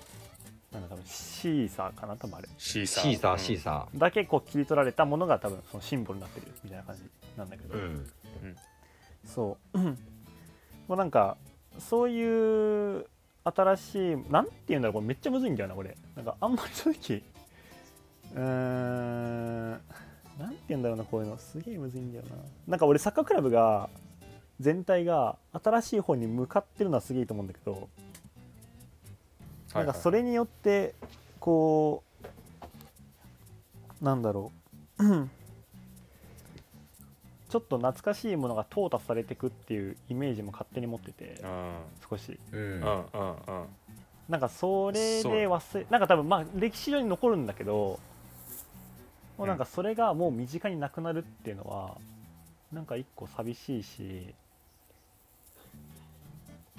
Speaker 3: なんだ多分シーサーかな多分あれ
Speaker 1: シーサー
Speaker 2: シーサ
Speaker 1: う
Speaker 2: ー
Speaker 1: ん
Speaker 2: シーサ
Speaker 3: だけこう切り取られたものが多分そのシンボルになってるみたいな感じなんだけど、
Speaker 2: ーうん
Speaker 3: そう もうなんかそういう新しいなんて言うんだろうこれめっちゃむずいんだよなこれなんかあんまり正直うーんなんて言うんだろうなこういうのすげえむずいんだよななんか俺サッカークラブが全体が新しい方に向かってるのはすげえいいと思うんだけどなんかそれによってこうなんだろう ちょっと懐かしいものが淘汰されてくっていうイメージも勝手に持ってて
Speaker 1: うん
Speaker 3: 少し
Speaker 2: うん
Speaker 1: うんうんうん
Speaker 3: なんかそれ
Speaker 1: そう
Speaker 3: で忘れなんか多分まあ歴史上に残るんだけどもうなんかそれがもう身近になくなるっていうのはなんか一個寂しいし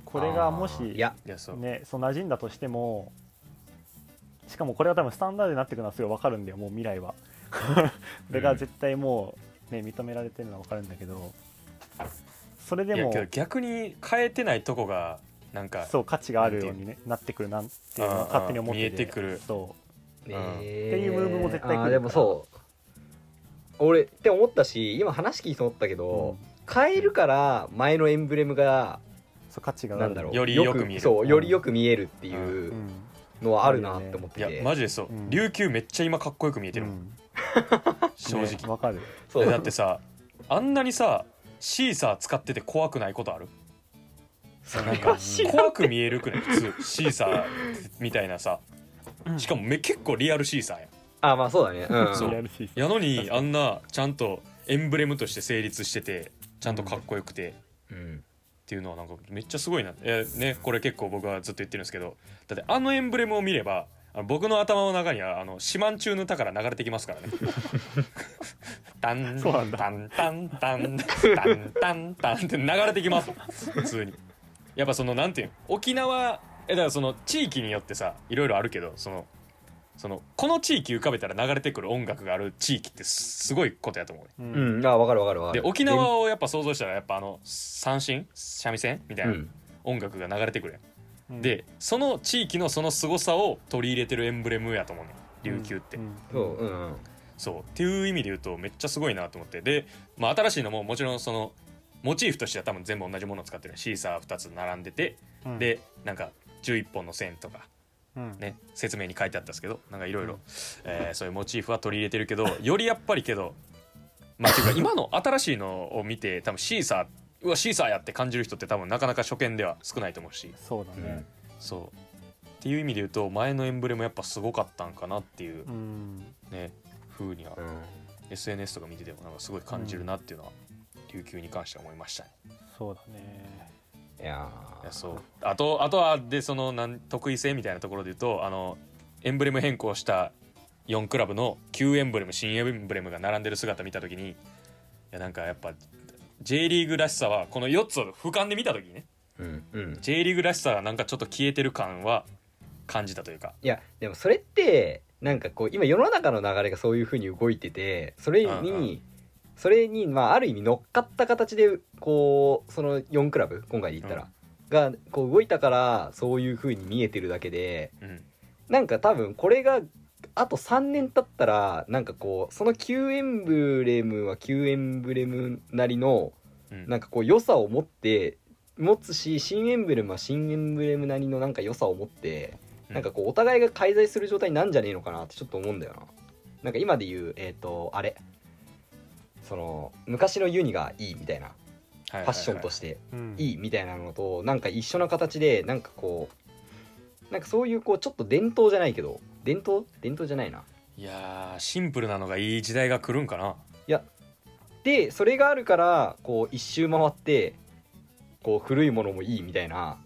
Speaker 3: これがもし
Speaker 2: あーいや
Speaker 1: いやそう
Speaker 3: ね、そう馴染んだとしてもしかもこれは多分スタンダードになっていくのはすごい分かるんだよもう 未来はこれが絶対もう、ね、認められてるのは分かるんだけどそれで
Speaker 1: いや
Speaker 3: も
Speaker 1: けど逆に変えてないとこがなんか
Speaker 3: そう価値があるように、ね、なってくるなっていうのは勝手に思って
Speaker 1: あー見えてくる
Speaker 3: そ
Speaker 2: ね
Speaker 3: っていうムーブも絶対来るから
Speaker 2: あーでもそう俺って思ったし今話聞いて思ったけ
Speaker 3: う、
Speaker 2: ど
Speaker 3: うん、
Speaker 2: 変えるから前のエンブレムが
Speaker 3: そう価値がある
Speaker 2: なんだろう
Speaker 1: よりよく見える
Speaker 2: そうよりよく見えるっていう
Speaker 3: う
Speaker 2: うんのはあるなって思っ
Speaker 1: い
Speaker 2: て
Speaker 1: や
Speaker 2: て
Speaker 1: マジでそう、
Speaker 3: うん
Speaker 1: 琉球めっちゃ今かっこよく見えてるもん、
Speaker 3: うん
Speaker 1: 正直
Speaker 3: ね、分かる
Speaker 2: そう
Speaker 1: だってさあんなにさシーサー使ってて怖くないことある
Speaker 2: そ
Speaker 1: なん
Speaker 2: れ
Speaker 1: か
Speaker 2: は知らん
Speaker 1: 怖く見えるくない普通シーサーみたいなさしかもめ結構リアルシーサーやん
Speaker 2: あまあそうだねうん
Speaker 1: そう
Speaker 3: やるし
Speaker 1: やのにあんなちゃんとエンブレムとして成立しててちゃんとかっこよくて、
Speaker 2: うん
Speaker 1: っていうのはなんかめっちゃすごいな、えーね、これ結構僕はずっと言ってるんですけどだってあのエンブレムを見ればあの僕の頭の中にはあの「シマン中の歌」から流れてきます からね。タン
Speaker 3: そう
Speaker 1: タ
Speaker 3: なん
Speaker 1: ン
Speaker 3: だ
Speaker 1: タンタンタンタンタンって流れてきます普通に。やっぱそのなんていうの沖縄えだからその地域によってさいろいろあるけどそのそのこの地域浮かべたら流れてくる音楽がある地域ってすすごいことやと思うね。
Speaker 3: う
Speaker 2: うんんあわかるわかるわか
Speaker 1: で
Speaker 2: る
Speaker 1: 沖縄をやっぱ想像したらやっぱあの三振三味線みたいうなん音楽が流れてくるやん
Speaker 3: うん
Speaker 1: でその地域のその凄さを取り入れてるエンブレムやと思うね琉球って、
Speaker 3: うん
Speaker 2: そううん
Speaker 1: そうっていう意味で言うとめっちゃすごいなと思ってで、まあ、新しいのももちろんそのモチーフとしては多分全部同じものを使ってるシーサー2つ並んでて
Speaker 3: うん
Speaker 1: でなんか11本の線とか、
Speaker 3: うん
Speaker 1: ね、説明に書いてあったんですけどなんかいろい
Speaker 3: うん
Speaker 1: ろえーそういうモチーフは取り入れてるけどよりやっぱりけどまあていうか今の新しいのを見て多分シーサーうわシーサーやって感じる人って多分なかなか初見では少ないと思うし
Speaker 3: そうだね
Speaker 1: そうっていう意味で言うと前のエンブレムやっぱすごかったんかなっていう
Speaker 3: うん、
Speaker 1: ね風には
Speaker 2: うん
Speaker 1: SNS とか見ててもなんかすごい感じるなっていうのは琉球に関しては思いましたね。
Speaker 3: そうだね
Speaker 2: いや
Speaker 1: い
Speaker 2: ー
Speaker 1: やそうあとあとはでそのなん得意性みたいなところで言うとあのエンブレム変更した4クラブの旧エンブレム新エンブレムが並んでる姿見た時にいやなんかやっぱ J リーグらしさはこの4つを俯瞰で見た時にね
Speaker 2: うんうん
Speaker 1: J リーグらしさがなんかちょっと消えてる感は感じたというか
Speaker 2: いやでもそれってなんかこう今世の中の流れがそういう風に動いててそれに、
Speaker 1: うんうん
Speaker 2: それにまあある意味乗っかった形でこうその4クラブ今回で言ったら、がこう動いたからそういう風に見えてるだけで
Speaker 1: うん
Speaker 2: なんか多分これがあと3年経ったらなんかこうその旧エンブレムは旧エンブレムなりの
Speaker 1: うん
Speaker 2: なんかこう良さを持って持つし新エンブレムは新エンブレムなりのなんか良さを持って
Speaker 1: うん
Speaker 2: なんかこうお互いが介在する状態になんじゃねえのかなってちょっと思うんだよななんか今で言うえっ、とあれその昔のユニがいいみたいな
Speaker 1: フ
Speaker 2: ファッションとして
Speaker 3: うん
Speaker 2: いいみたいなのとなんか一緒の形でなんかこうなんかそういうこうちょっと伝統じゃないけど伝統伝統じゃないない
Speaker 1: やーシンプルなのがいい時代が来るんかな
Speaker 2: でそれがあるからこう一周回ってこう古いものもいいみたいな
Speaker 1: は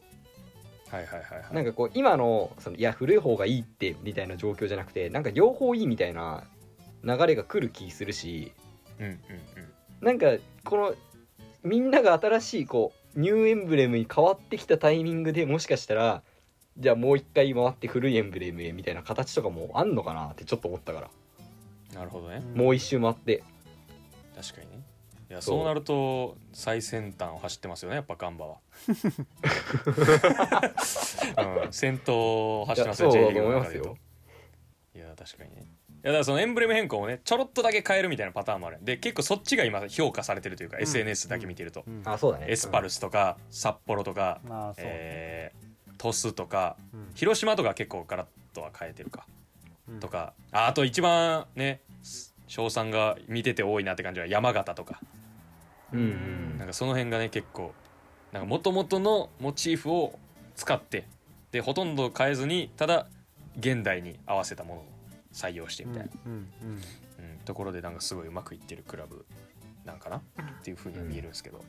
Speaker 1: いはいはいはい
Speaker 2: なんかこう今のそのいや古い方がいいってみたいな状況じゃなくてなんか両方いいみたいな流れが来る気するし
Speaker 1: うんうん
Speaker 2: なんかこのみんなが新しいこうニューエンブレムに変わってきたタイミングでもしかしたらじゃあもう一回回って古いエンブレムへみたいな形とかもあんのかなってちょっと思ったから
Speaker 1: うんなるほどね
Speaker 2: もう一周回って
Speaker 1: 確かにねいや
Speaker 2: そう
Speaker 1: そうなると最先端を走ってますよねやっぱガン バは、うん、先頭を走ってますよ
Speaker 2: いや
Speaker 1: J
Speaker 2: そう
Speaker 1: リーグの中で
Speaker 2: 思い
Speaker 1: と
Speaker 2: ま
Speaker 1: いや確かにねいやだからそのエンブレム変更をねちょろっとだけ変えるみたいなパターンもあるで結構そっちが今評価されてるというか、
Speaker 3: ん
Speaker 1: SNS だけ見てると、
Speaker 3: うん
Speaker 2: あそうだね
Speaker 1: エスパルスとか札幌とか、
Speaker 3: まあそう、
Speaker 1: えー鳥栖とか
Speaker 3: うん
Speaker 1: 広島とか結構ガラッとは変えてるか
Speaker 3: うん
Speaker 1: とかああと一番ね翔さんが見てて多いなって感じは山形とか
Speaker 2: うんうん
Speaker 1: なんかその辺がね結構なんか元々のモチーフを使ってでほとんど変えずにただ現代に合わせたものを採用してみたいな、
Speaker 3: うんうんうん
Speaker 1: うんところでなんかすごいうまくいってるクラブなんかなっていうふうには見えるんですけど、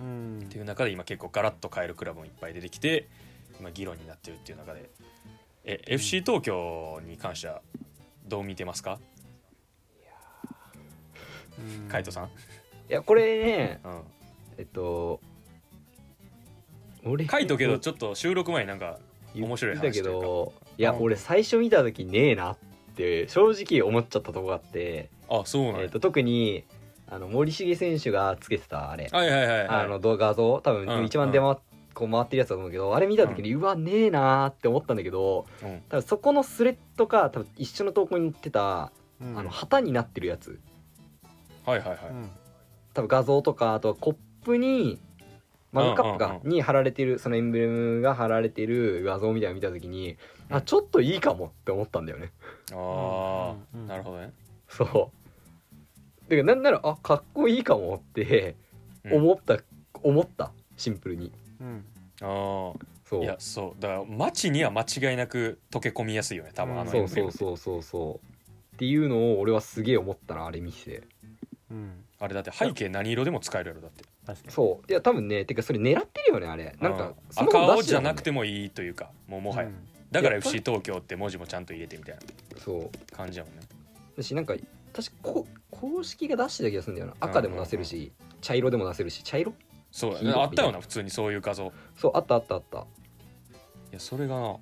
Speaker 3: うん
Speaker 1: っていう中で今結構ガラッと変えるクラブもいっぱい出てきて今議論になってるっていう中でえ FC 東京に関してはどう見てますか
Speaker 3: うん
Speaker 1: 海人さん、
Speaker 2: いやこれね
Speaker 1: うん、
Speaker 2: えっと俺
Speaker 1: 海人けどちょっと収録前になんか面白い話
Speaker 2: だけ
Speaker 1: と
Speaker 2: どいや
Speaker 1: うん
Speaker 2: 俺最初見た時ねえなって正直思っちゃったとこがあって、
Speaker 1: あそうなん
Speaker 2: え
Speaker 1: や
Speaker 2: っと特にあの森重選手がつけてたあれ、
Speaker 1: はいはいはい、はい、
Speaker 2: あの動画画像多
Speaker 1: うん
Speaker 2: 分一番出回,、こう回ってるやつだと思うけどあれ見た時に、うわねえなーって思ったんだけど
Speaker 1: うん
Speaker 2: 多分そこのスレッドか多分一緒の投稿に載ってた、
Speaker 3: うん
Speaker 2: あの旗になってるやつ
Speaker 1: はいはいはい、
Speaker 3: うん
Speaker 2: 多分画像とかあとはコップにマグカップ
Speaker 1: うん
Speaker 2: が
Speaker 1: うん
Speaker 2: に貼られてるそのエンブレムが貼られてる画像みたいなの見た時に
Speaker 1: うん
Speaker 2: あちょっといいかもって思ったんだよね
Speaker 1: ああ、
Speaker 3: うんうん
Speaker 1: なるほどね。
Speaker 2: そうだからなんならあかっこいいかもって
Speaker 1: うん
Speaker 2: 思った、思ったシンプルに
Speaker 3: うん
Speaker 1: ああ、
Speaker 2: そ
Speaker 1: い
Speaker 2: う
Speaker 1: や、そう、だから、街には間違いなく溶け込みやすいよね、多分、
Speaker 3: うん
Speaker 1: あの
Speaker 2: そ
Speaker 1: エ
Speaker 2: う
Speaker 1: ンブレ
Speaker 2: そ
Speaker 1: ム
Speaker 2: うそうそうそうっていうのを俺はすげえ思ったなあれ見て
Speaker 3: うん
Speaker 1: あれだって、背景何色でも使えるやろだって。
Speaker 3: 確かに
Speaker 2: そういや多分ねてかそれ狙ってるよねあれなん
Speaker 1: う
Speaker 2: か
Speaker 1: 赤
Speaker 2: そんなこと
Speaker 1: 青
Speaker 2: 出して
Speaker 1: じゃ
Speaker 2: たもんね
Speaker 1: なくてもいいというか、もうもはや、
Speaker 3: うん
Speaker 1: だから
Speaker 2: いや
Speaker 1: FC 東京って文字もちゃんと入れてみたいな
Speaker 2: そう
Speaker 1: 感じやもんね。
Speaker 2: だしなんか確かこ公式が出してた気がするんだよな赤でも出せるし、茶色でも出せるし茶色
Speaker 1: そうだ
Speaker 2: 黄
Speaker 1: ね、
Speaker 2: 色
Speaker 1: あったよな、普通にそういう画像。い
Speaker 2: そうあったあったあった
Speaker 1: や、それがな、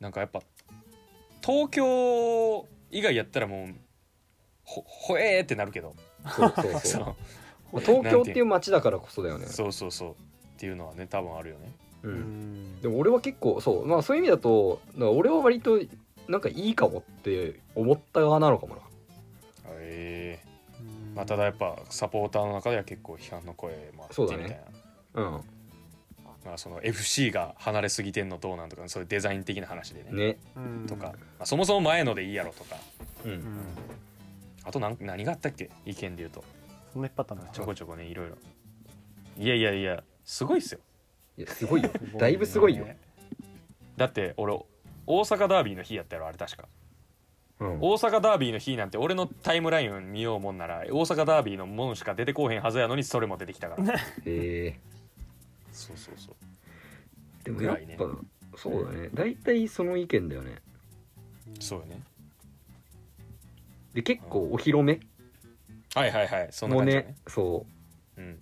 Speaker 1: なんかやっぱ、東京以外やったらもう、ほ、ほえーってなるけど、
Speaker 2: そうそうそ、
Speaker 1: そう の
Speaker 2: まあ東京っていう街だからこそだよね
Speaker 1: そうそうそう。っていうのはね、多分あるよね。
Speaker 2: う
Speaker 3: うんん
Speaker 2: でも俺は結構そうまあそういう意味だとだから俺は割となんかいいかもって思った側なのかもな
Speaker 1: ええ
Speaker 3: うん
Speaker 1: まあ、ただやっぱサポーターの中では結構批判の声もあってみたいな、
Speaker 2: うん
Speaker 1: まあ、その FC が離れすぎてんのどうなんとかそういうデザイン的な話でね
Speaker 2: ね
Speaker 3: うん
Speaker 1: とか、まあ、そもそも前のでいいやろとか
Speaker 2: う
Speaker 3: うんん
Speaker 1: あと何何があったっけ意見で言うと
Speaker 3: そんな引っ張ったんだ
Speaker 1: ちょこちょこねいろいろいやいやいやすごいっすよ
Speaker 2: いやすごいよだいぶすごいよ、
Speaker 1: ねだって俺大阪ダービーの日やったやろあれ確か
Speaker 2: うん、
Speaker 1: 大阪ダービーの日なんて俺のタイムライン見ようもんなら大阪ダービーのもんしか出てこうへんはずやのにそれも出てきたから
Speaker 2: え
Speaker 1: そうそうそう
Speaker 2: ー、でもやっぱ、そうだね大体その意見だよね
Speaker 1: そうよね
Speaker 2: で結構お披露目
Speaker 1: はいはいはいそんな
Speaker 2: も
Speaker 1: 感じだ
Speaker 2: ね
Speaker 1: ね
Speaker 2: そ
Speaker 1: うん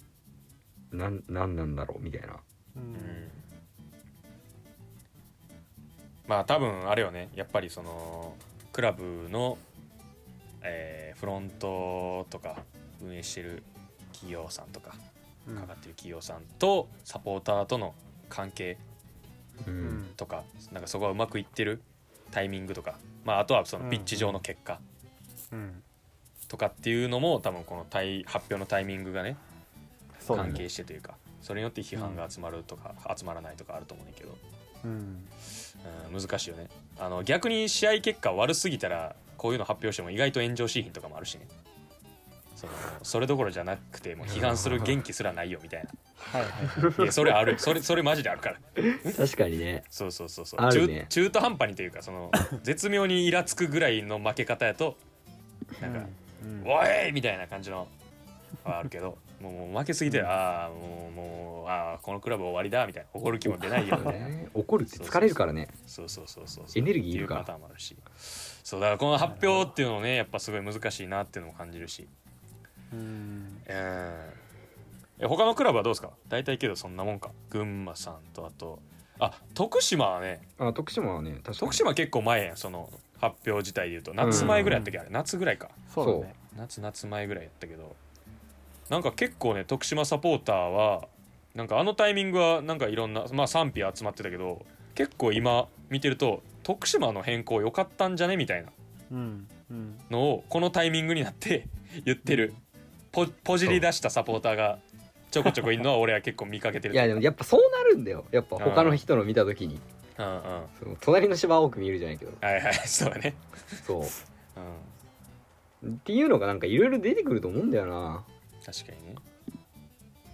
Speaker 2: うなんなんなんだろうみたいな
Speaker 3: う
Speaker 1: うんんまあ多分あれよねやっぱりそのクラブの、えーフロントとか運営してる企業さんとか
Speaker 3: うん
Speaker 1: かかってる企業さんとサポーターとの関係
Speaker 2: う
Speaker 3: うん
Speaker 2: ん
Speaker 1: とかなんかそこがうまくいってるタイミングとか、まあ、あとはその
Speaker 3: うん
Speaker 1: ピッチ上の結果
Speaker 3: うん
Speaker 1: とかっていうのも多分この対発表のタイミングがね
Speaker 3: そうだ
Speaker 1: 関
Speaker 3: ね
Speaker 1: 係してというかそれによって批判が集まるとか、集まらないとかあると思うねんだけど、
Speaker 3: うん
Speaker 1: うん、難しいよねあの逆に試合結果悪すぎたらこういうの発表しても意外と炎上シーンとかもあるしねそのそれどころじゃなくてもう批判する元気すらないよみたい
Speaker 3: はいはい
Speaker 1: ないやそれあるそれそれマジであるから
Speaker 2: 確かにね
Speaker 1: そうそうそうそう、
Speaker 2: ある
Speaker 1: 中
Speaker 2: ね
Speaker 1: 中途半端にというかそ の絶妙にイラつくぐらいの負け方やと なんか
Speaker 3: うん
Speaker 1: 「おい!」みたいな感じのはあるけど もうもう負けすぎてる、ああもうもうああこのクラブ終わりだみたいな怒る気も出ないよみたいな
Speaker 2: ね怒るって疲れるからね
Speaker 1: そうそうそうそう
Speaker 2: エネルギーいるから
Speaker 1: っていうパターンもあるしそうだからこの発表っていうのをねやっぱすごい難しいなっていうのも感じるし
Speaker 3: うん
Speaker 1: うんえ他のクラブはどうですか大体けどそんなもんか群馬さんとあとあ徳島はね
Speaker 2: あ徳島はね確かに
Speaker 1: 徳島結構前やんその発表自体で言うと夏前ぐらいやったっけあれ夏ぐらいか
Speaker 3: そうだね
Speaker 1: 夏夏前ぐらいやったけどなんか結構ね徳島サポーターはなんかあのタイミングはなんかいろんなまあ賛否集まってたけど結構今見てると徳島の変更良かったんじゃねみたいな
Speaker 3: うんうん
Speaker 1: のをこのタイミングになって 言ってるポポジり出したサポーターがちょこちょこいるのは俺は結構見かけてる
Speaker 2: いやでもやっぱそうなるんだよやっぱ他の人の見た時に
Speaker 1: うんうんは
Speaker 2: その隣の芝は多く見えるじゃないけど
Speaker 1: いはいそうだね
Speaker 2: そう
Speaker 1: うん
Speaker 2: っていうのがなんかいろいろ出てくると思うんだよな
Speaker 1: 確かにね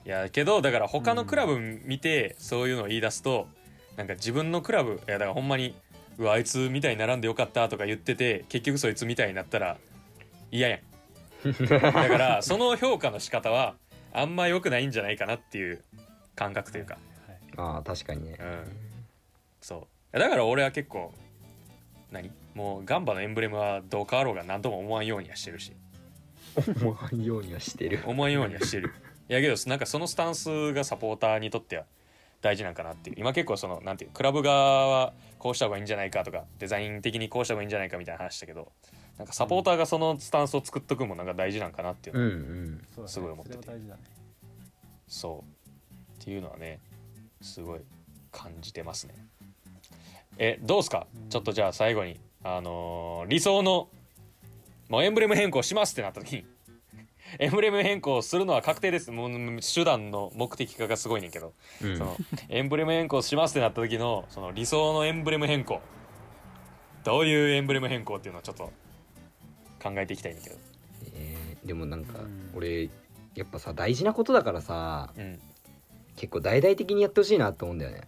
Speaker 1: いやけどだから他のクラブ見てそういうのを言い出すと、なんか自分のクラブいやだからほんまにうわあいつみたいに並んでよかったとか言ってて結局そいつみたいになったら嫌やんだ からその評価の仕方はあんま良くないんじゃないかなっていう感覚というか、
Speaker 3: はい
Speaker 2: あー確かにね
Speaker 1: うんそういやだから俺は結構何もうガンバのエンブレムはどう変わろうが何とも思わんようにはしてるし
Speaker 2: 思わんようにはしてる
Speaker 1: 思うようには してるいやけどなんかそのスタンスがサポーターにとっては大事なんかなっていう今結構そのなんていうクラブ側はこうした方がいいんじゃないかとかデザイン的にこうした方がいいんじゃないかみたいな話だけどなんかサポーターがそのスタンスを作っとくのもなんか大事なんかなっていう
Speaker 2: う
Speaker 1: の、
Speaker 2: んうん
Speaker 3: そうだね
Speaker 1: すごい思ってて
Speaker 3: それは大事だね
Speaker 1: そうっていうのはねすごい感じてますねえどうですか、
Speaker 3: うん
Speaker 1: ちょっとじゃあ最後にあのー理想のもうエンブレム変更しますってなった時に エンブレム変更するのは確定ですもう手段の目的化がすごいねんけど
Speaker 2: うん
Speaker 1: そのエンブレム変更しますってなった時のその理想のエンブレム変更どういうエンブレム変更っていうのをちょっと考えていきたいんだけど、
Speaker 2: えーでもなんか
Speaker 3: うん
Speaker 2: 俺やっぱさ大事なことだからさ
Speaker 1: うん、
Speaker 2: 結構大々的にやってほしいなと思うんだよね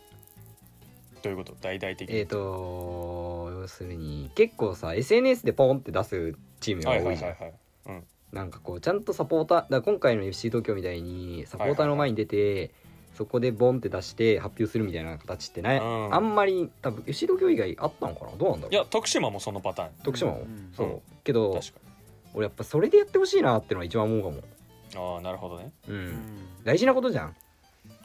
Speaker 1: どういうこと大々的に、
Speaker 2: えっ、と要するに結構さ SNS でポンって出すチームが
Speaker 1: はいは
Speaker 2: 多
Speaker 1: い
Speaker 2: い
Speaker 1: はい
Speaker 2: じゃ
Speaker 1: は
Speaker 2: ん
Speaker 1: い
Speaker 2: なんかこうちゃんとサポーターだから今回の FC 東京みたいにサポーターの前に出て、そこでボンって出して発表するみたいな形ってね、
Speaker 1: うん
Speaker 2: あんまり多分 FC 東京以外あったのかなどうなんだろう
Speaker 1: いや徳島もそのパターン
Speaker 2: 徳島も、
Speaker 3: うん
Speaker 2: そう、
Speaker 1: うん
Speaker 2: けど
Speaker 1: 確か
Speaker 2: 俺やっぱそれでやってほしいなってのが一番思うかも
Speaker 1: にああなるほどね、
Speaker 2: うん、
Speaker 3: うん
Speaker 2: 大事なことじゃん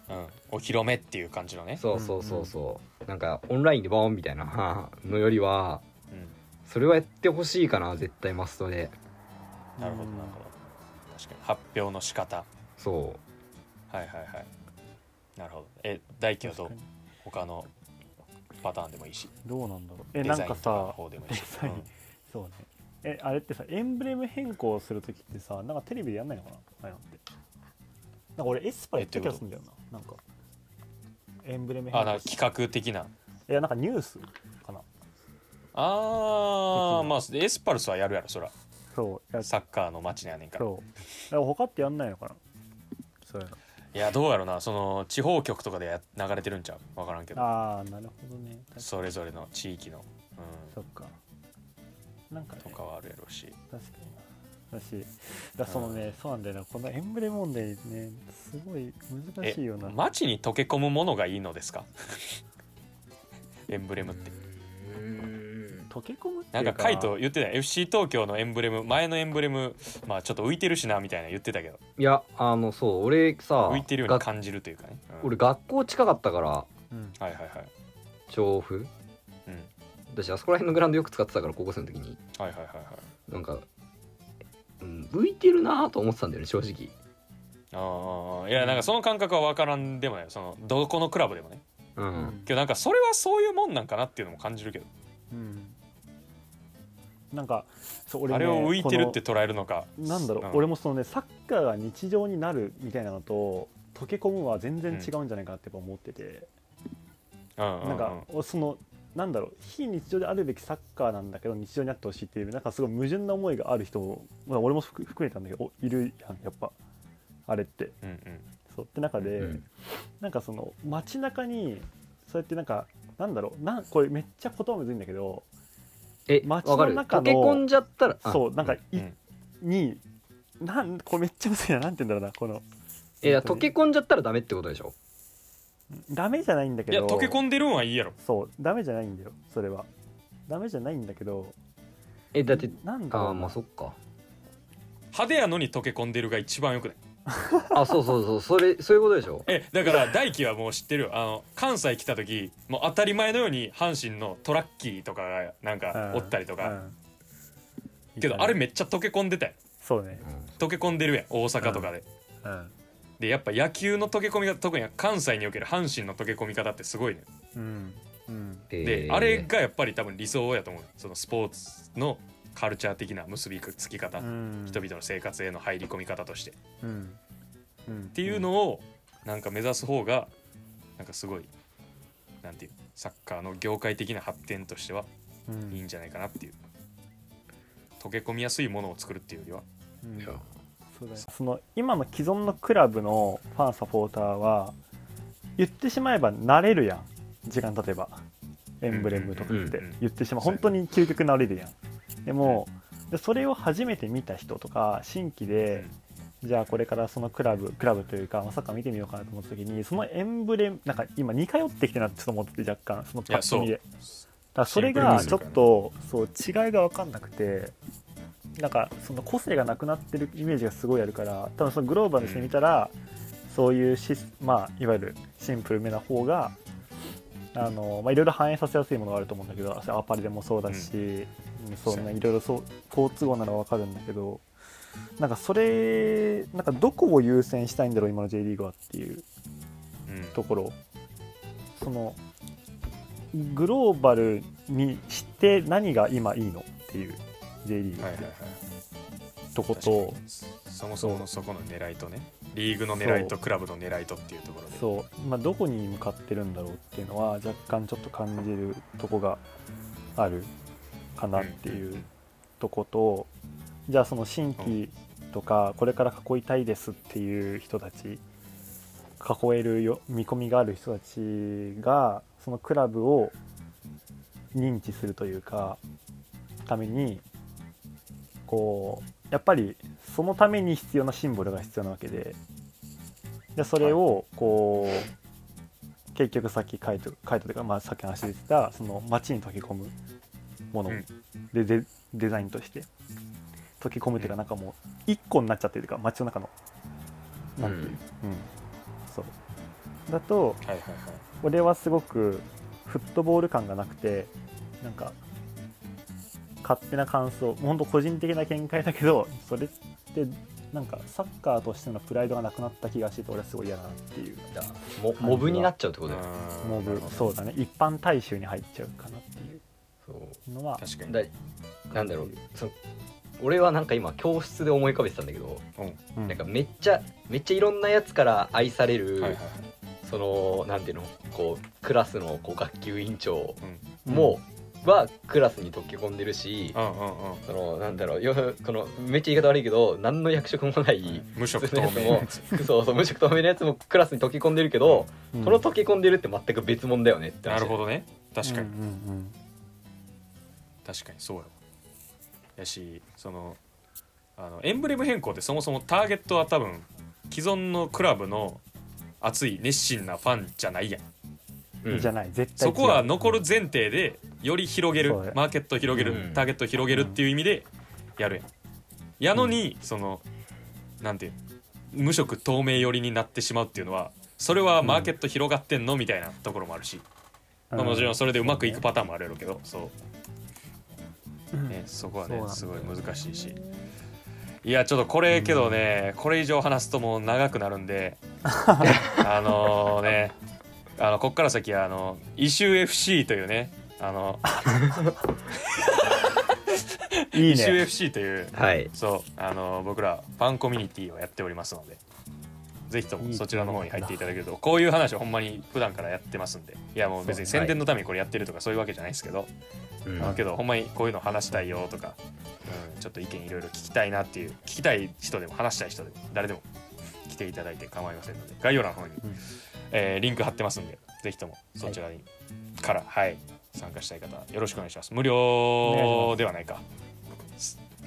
Speaker 1: うん、お披露目っていう感じのね
Speaker 2: そうそうそうそう、なんかオンラインでボンみたいな のよりは
Speaker 1: う、ん、
Speaker 2: それはやってほしいかな絶対マストで
Speaker 1: なるほどなるほど確かに発表の仕方
Speaker 2: そ
Speaker 1: はいはいはいなるほどえ大輝はどう
Speaker 3: 確かに
Speaker 1: 他のパターンでもいいし
Speaker 3: どうなんだろうえ
Speaker 1: デ
Speaker 3: な
Speaker 1: ザイ
Speaker 3: ん
Speaker 1: ンと
Speaker 3: か
Speaker 1: かの
Speaker 3: さ
Speaker 1: 方でもいいし
Speaker 3: デザインそうねえあれってさエンブレム変更する時ってさなんかテレビでやんないのかなああいうのってなんか俺エスパやった気がするんだよななんかエンブレム
Speaker 1: あ
Speaker 3: 変
Speaker 1: な
Speaker 3: 更
Speaker 1: んか
Speaker 3: し
Speaker 1: 企画的ない
Speaker 3: やなんかニュースかな
Speaker 1: あー
Speaker 3: できる
Speaker 1: まあエスパルスはやるやろそら
Speaker 3: そうや
Speaker 1: サッカーの街なんやねんから
Speaker 3: そうだから他ってやんないのかなそういうの
Speaker 1: いやどうやろなその地方局とかでや流れてるんちゃう分からんけど
Speaker 3: ああなるほどね確かに
Speaker 1: それぞれの地域の、う
Speaker 3: そっかなんか、ね、
Speaker 1: ん、とかはあるやろうし
Speaker 3: 確かになだしだそのね、そうなんだよなこのエンブレム問題ねすごい難
Speaker 1: え
Speaker 3: しいよな、
Speaker 1: 街に溶け込むものがいいのですか エンブレムって
Speaker 3: 溶け込むってい
Speaker 1: な
Speaker 3: うん
Speaker 1: かカイト言ってたよ FC 東京のエンブレム前のエンブレムまあちょっと浮いてるしなみたいな言ってたけど
Speaker 2: いやあのそう俺さ
Speaker 1: 浮いてるように
Speaker 2: が
Speaker 1: 感じるというかね、うん
Speaker 2: 俺学校近かったから
Speaker 3: うん
Speaker 1: はいはいはい
Speaker 2: 調布
Speaker 1: うん
Speaker 2: 私あそこら辺のグラウンドよく使ってたから高校生の時に
Speaker 1: はいはいはいはい
Speaker 2: なんか、うん、浮いてるなぁと思ってたんだよね正直
Speaker 1: ああいやなんかその感覚は分からんでもないそのどこのクラブでもね
Speaker 2: う、
Speaker 3: うんん
Speaker 1: けどなんかそれはそういうもんなんかなっていうのも感じるけど、
Speaker 3: うんなんかそう俺、
Speaker 1: あ
Speaker 3: ね、
Speaker 1: れを浮いてるって
Speaker 3: こ
Speaker 1: 捉えるのか
Speaker 3: のなんだろう、
Speaker 1: うん
Speaker 3: 俺もそのねサッカーが日常になるみたいなのと溶け込むは全然違うんじゃないかなってやっぱ思ってて、
Speaker 1: うんうんう
Speaker 3: なんんかおそのなんだろう非日常であるべきサッカーなんだけど日常になってほしいっていうなんかすごい矛盾な思いがある人も、まあ、俺も含含めたんだけどおいるやんやっぱあれって
Speaker 1: うんうん
Speaker 3: そうって中で、
Speaker 2: うん
Speaker 3: なんかその街中にそうやってなんかなんだろうなんこれめっちゃ言葉むずいんだけど
Speaker 2: えわ
Speaker 3: 街の
Speaker 2: かる
Speaker 3: 中の
Speaker 2: 溶け込んじゃったらあ
Speaker 3: そうなんかい、
Speaker 1: うん
Speaker 3: になんこれめっちゃむずいななんて言うんだろうなこの
Speaker 2: いや溶け込んじゃったらダメってことでしょ
Speaker 3: ダメじゃないんだけ
Speaker 1: い
Speaker 3: ど
Speaker 1: や溶け込んでるんはいいやろ
Speaker 3: そうダメじゃないんだよそれはダメじゃないんだけど
Speaker 2: えだって
Speaker 3: なんだ
Speaker 2: あ
Speaker 3: ろ
Speaker 2: ー
Speaker 3: うな
Speaker 2: まあそっか
Speaker 1: 派手やのに溶け込んでるが一番よくない
Speaker 2: あそうそうそうそれそういうことでしょ
Speaker 1: えだから大輝はもう知ってるよあの関西来た時もう当たり前のように阪神のトラッキーとかがなんかおったりと
Speaker 3: う
Speaker 1: か、
Speaker 3: ん
Speaker 1: けどあれめっちゃ溶け込んでたよ
Speaker 3: そうね
Speaker 1: 溶け込んでるやん大阪とかで、
Speaker 3: うん
Speaker 1: でやっぱ野球の溶け込み方特に関西における阪神の溶け込み方ってすごいね
Speaker 3: うんうん
Speaker 1: で、
Speaker 2: えー
Speaker 1: あれがやっぱり多分理想やと思うそのスポーツのカルチャー的な結びつき方、
Speaker 3: うん
Speaker 1: 人々の生活への入り込み方としてっ
Speaker 3: うんうんって
Speaker 1: いうのをなんか目指す方がなんかすごいなんていうサッカーの業界的な発展としては
Speaker 3: うん
Speaker 1: いいんじゃないかなっていう溶け込みやすいものを作るっていうよりは
Speaker 3: う
Speaker 2: い
Speaker 3: ん
Speaker 2: や
Speaker 3: そうだよその今の既存のクラブのファンサポーターは言ってしまえば慣れるやん時間経てばエンブレムとかっ
Speaker 2: う
Speaker 3: て
Speaker 1: んうん
Speaker 3: 言ってしまう
Speaker 1: そうや
Speaker 3: 本
Speaker 1: ね
Speaker 3: 当に究極慣れるやんでもでそれを初めて見た人とか新規でじゃあこれからそのクラブクラブというかまあサッカー見てみようかなと思った時にそのエンブレムなんか今似通ってきてるなってちょっと思ってて若干そのパッと見
Speaker 1: い
Speaker 3: で
Speaker 1: や
Speaker 3: だからそれがちょっとそう違いが分かんなくてなんかその個性がなくなってるイメージがすごいあるから多分そのグローバルにしてみたら、そういうシスまあいわゆるシンプルめな方があのまあいろいろ反映させやすいものがあると思うんだけどアパレルもそうだし、うん、そんないろいろそう好都合なのは分かるんだけどなんかそれなんかどこを優先したいんだろう今の J リーグはっていう
Speaker 1: うん
Speaker 3: ところそのグローバルにして何が今いいのっていう J リーグ
Speaker 1: はい
Speaker 3: っ
Speaker 1: はい
Speaker 3: て
Speaker 1: はい
Speaker 3: とこ
Speaker 1: 確
Speaker 3: と、
Speaker 1: かにそもそものそこの狙いとねリーグの狙いとクラブの狙いとっていうところで
Speaker 3: そう、まあ、どこに向かってるんだろうっていうのは若干ちょっと感じるとこがあるかなっていうとことじゃあその新規とかこれから囲いたいですっていう人たち囲えるよ見込みがある人たちがそのクラブを認知するというかためにこうやっぱりそのために必要なシンボルが必要なわけででそれをこう、結局さっきカイトカイトというか、まあ、さっきの話で言ってたその街に溶け込むもの
Speaker 1: うん
Speaker 3: でデデザインとして溶け込むというかなんかもう一個になっちゃってるというか街の中のなんていう、うんそうだと
Speaker 1: はいはいはい
Speaker 3: 俺はすごくフットボール感がなくてなんか勝手な感想ほんと個人的な見解だけどそれってなんかサッカーとしてのプライドがなくなった気がして俺はすごい嫌だなっていう
Speaker 2: モモブになっちゃうってことだよ
Speaker 1: うん
Speaker 3: 思
Speaker 1: な
Speaker 3: う
Speaker 1: るほど
Speaker 3: そうだね一般大衆に入っちゃうかなってい
Speaker 2: そう
Speaker 3: のは
Speaker 1: 確か
Speaker 2: う
Speaker 1: に
Speaker 2: だなんだろうその俺はなんか今教室で思い浮かべてたんだけど
Speaker 1: うん
Speaker 3: うん
Speaker 2: なんかめっちゃめっちゃいろんなやつから愛される、
Speaker 1: はいはいはい
Speaker 2: そのなんていうのこうクラスのこう学級委員長
Speaker 3: うん
Speaker 2: も、はクラスに溶け込んでるし、
Speaker 1: うんうんうん
Speaker 2: そのなんだろうよこのめっちゃ言い方悪いけど何の役職もない
Speaker 1: 無色透明のやつ
Speaker 2: そうそう無色透明のやつもクラスに溶け込んでるけど、
Speaker 3: うん
Speaker 2: この溶け込んでるって全く別物だよねって
Speaker 1: な
Speaker 2: 話
Speaker 1: るほどね確かに、
Speaker 3: うんうん
Speaker 1: 確かにそうやわやしそのあのエンブレム変更ってそもそもターゲットは多分既存のクラブの熱い熱心なファンじゃないやん
Speaker 2: うん
Speaker 3: うんじゃない絶対
Speaker 1: そ
Speaker 3: 違
Speaker 1: うこは残る前提でより広げる
Speaker 3: そうや
Speaker 1: マーケットを広げる、
Speaker 2: うん
Speaker 1: ターゲットを広げるっていう意味でやるやんやのに、そのなんていう無色透明寄りになってしまうっていうのはそれはマーケット広がってんのみたいなところもあるし、
Speaker 3: う
Speaker 1: まあもちろんそれでうまくいくパターンもあるやろうけどそうね、そこは
Speaker 3: そう
Speaker 1: ね
Speaker 3: なんだ
Speaker 1: すごい難しいしいやちょっとこれけどね、これ以上話すともう長くなるん であのねあのこっから先はあのイシュー FC というねあの
Speaker 3: いい
Speaker 1: イシュー
Speaker 3: ね
Speaker 1: FC という
Speaker 2: はい
Speaker 1: そうあの僕らファンコミュニティをやっておりますのでぜひと
Speaker 3: いい
Speaker 1: も
Speaker 3: ね
Speaker 1: そちらの方に入っていただけるとこういう話をほんまに普段からやってますんでいやもう別に
Speaker 2: そうね
Speaker 1: 宣伝のためにこれやってるとかそういうわけじゃないですけど
Speaker 2: うん
Speaker 1: あのけどほんまにこういうの話したいよとか、うん、ちょっと意見いろいろ聞きたいなっていう聞きたい人でも話したい人でも誰でも来ていただいて構いませんので概要欄の方に、
Speaker 3: うん
Speaker 1: えーリンク貼ってますんでぜひともそちらに、からはい参加したい方よろしくお願いします無
Speaker 3: お願いしま
Speaker 1: 料
Speaker 3: す
Speaker 1: ではないか、
Speaker 2: は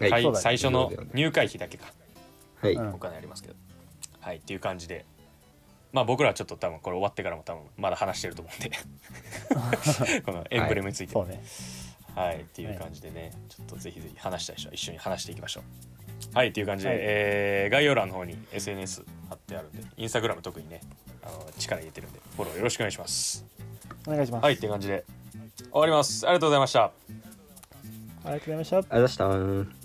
Speaker 2: い
Speaker 1: はい
Speaker 3: そうだね
Speaker 1: 最初の
Speaker 2: 無料ではない
Speaker 1: 入会費だけか
Speaker 2: はい、
Speaker 3: うん
Speaker 1: お金ありますけどはいっていう感じでまあ僕らはちょっと多分これ終わってからも多分まだ話してると思うん でこのエンブレムについて
Speaker 3: そうね
Speaker 1: はい、っていう感じでね、ちょっとぜひぜひ話したい人は一緒に話していきましょう。はい、っていう感じで、
Speaker 3: はい
Speaker 1: えー概要欄の方に SNS 貼ってあるんで、インスタグラム特にね、あの力入れてるんで、フォローよろしくお願いします。
Speaker 3: お願いします
Speaker 1: はい、っていう感じで、終わります。ありがとうございました。
Speaker 3: ありがとうございました
Speaker 2: ありがとうございました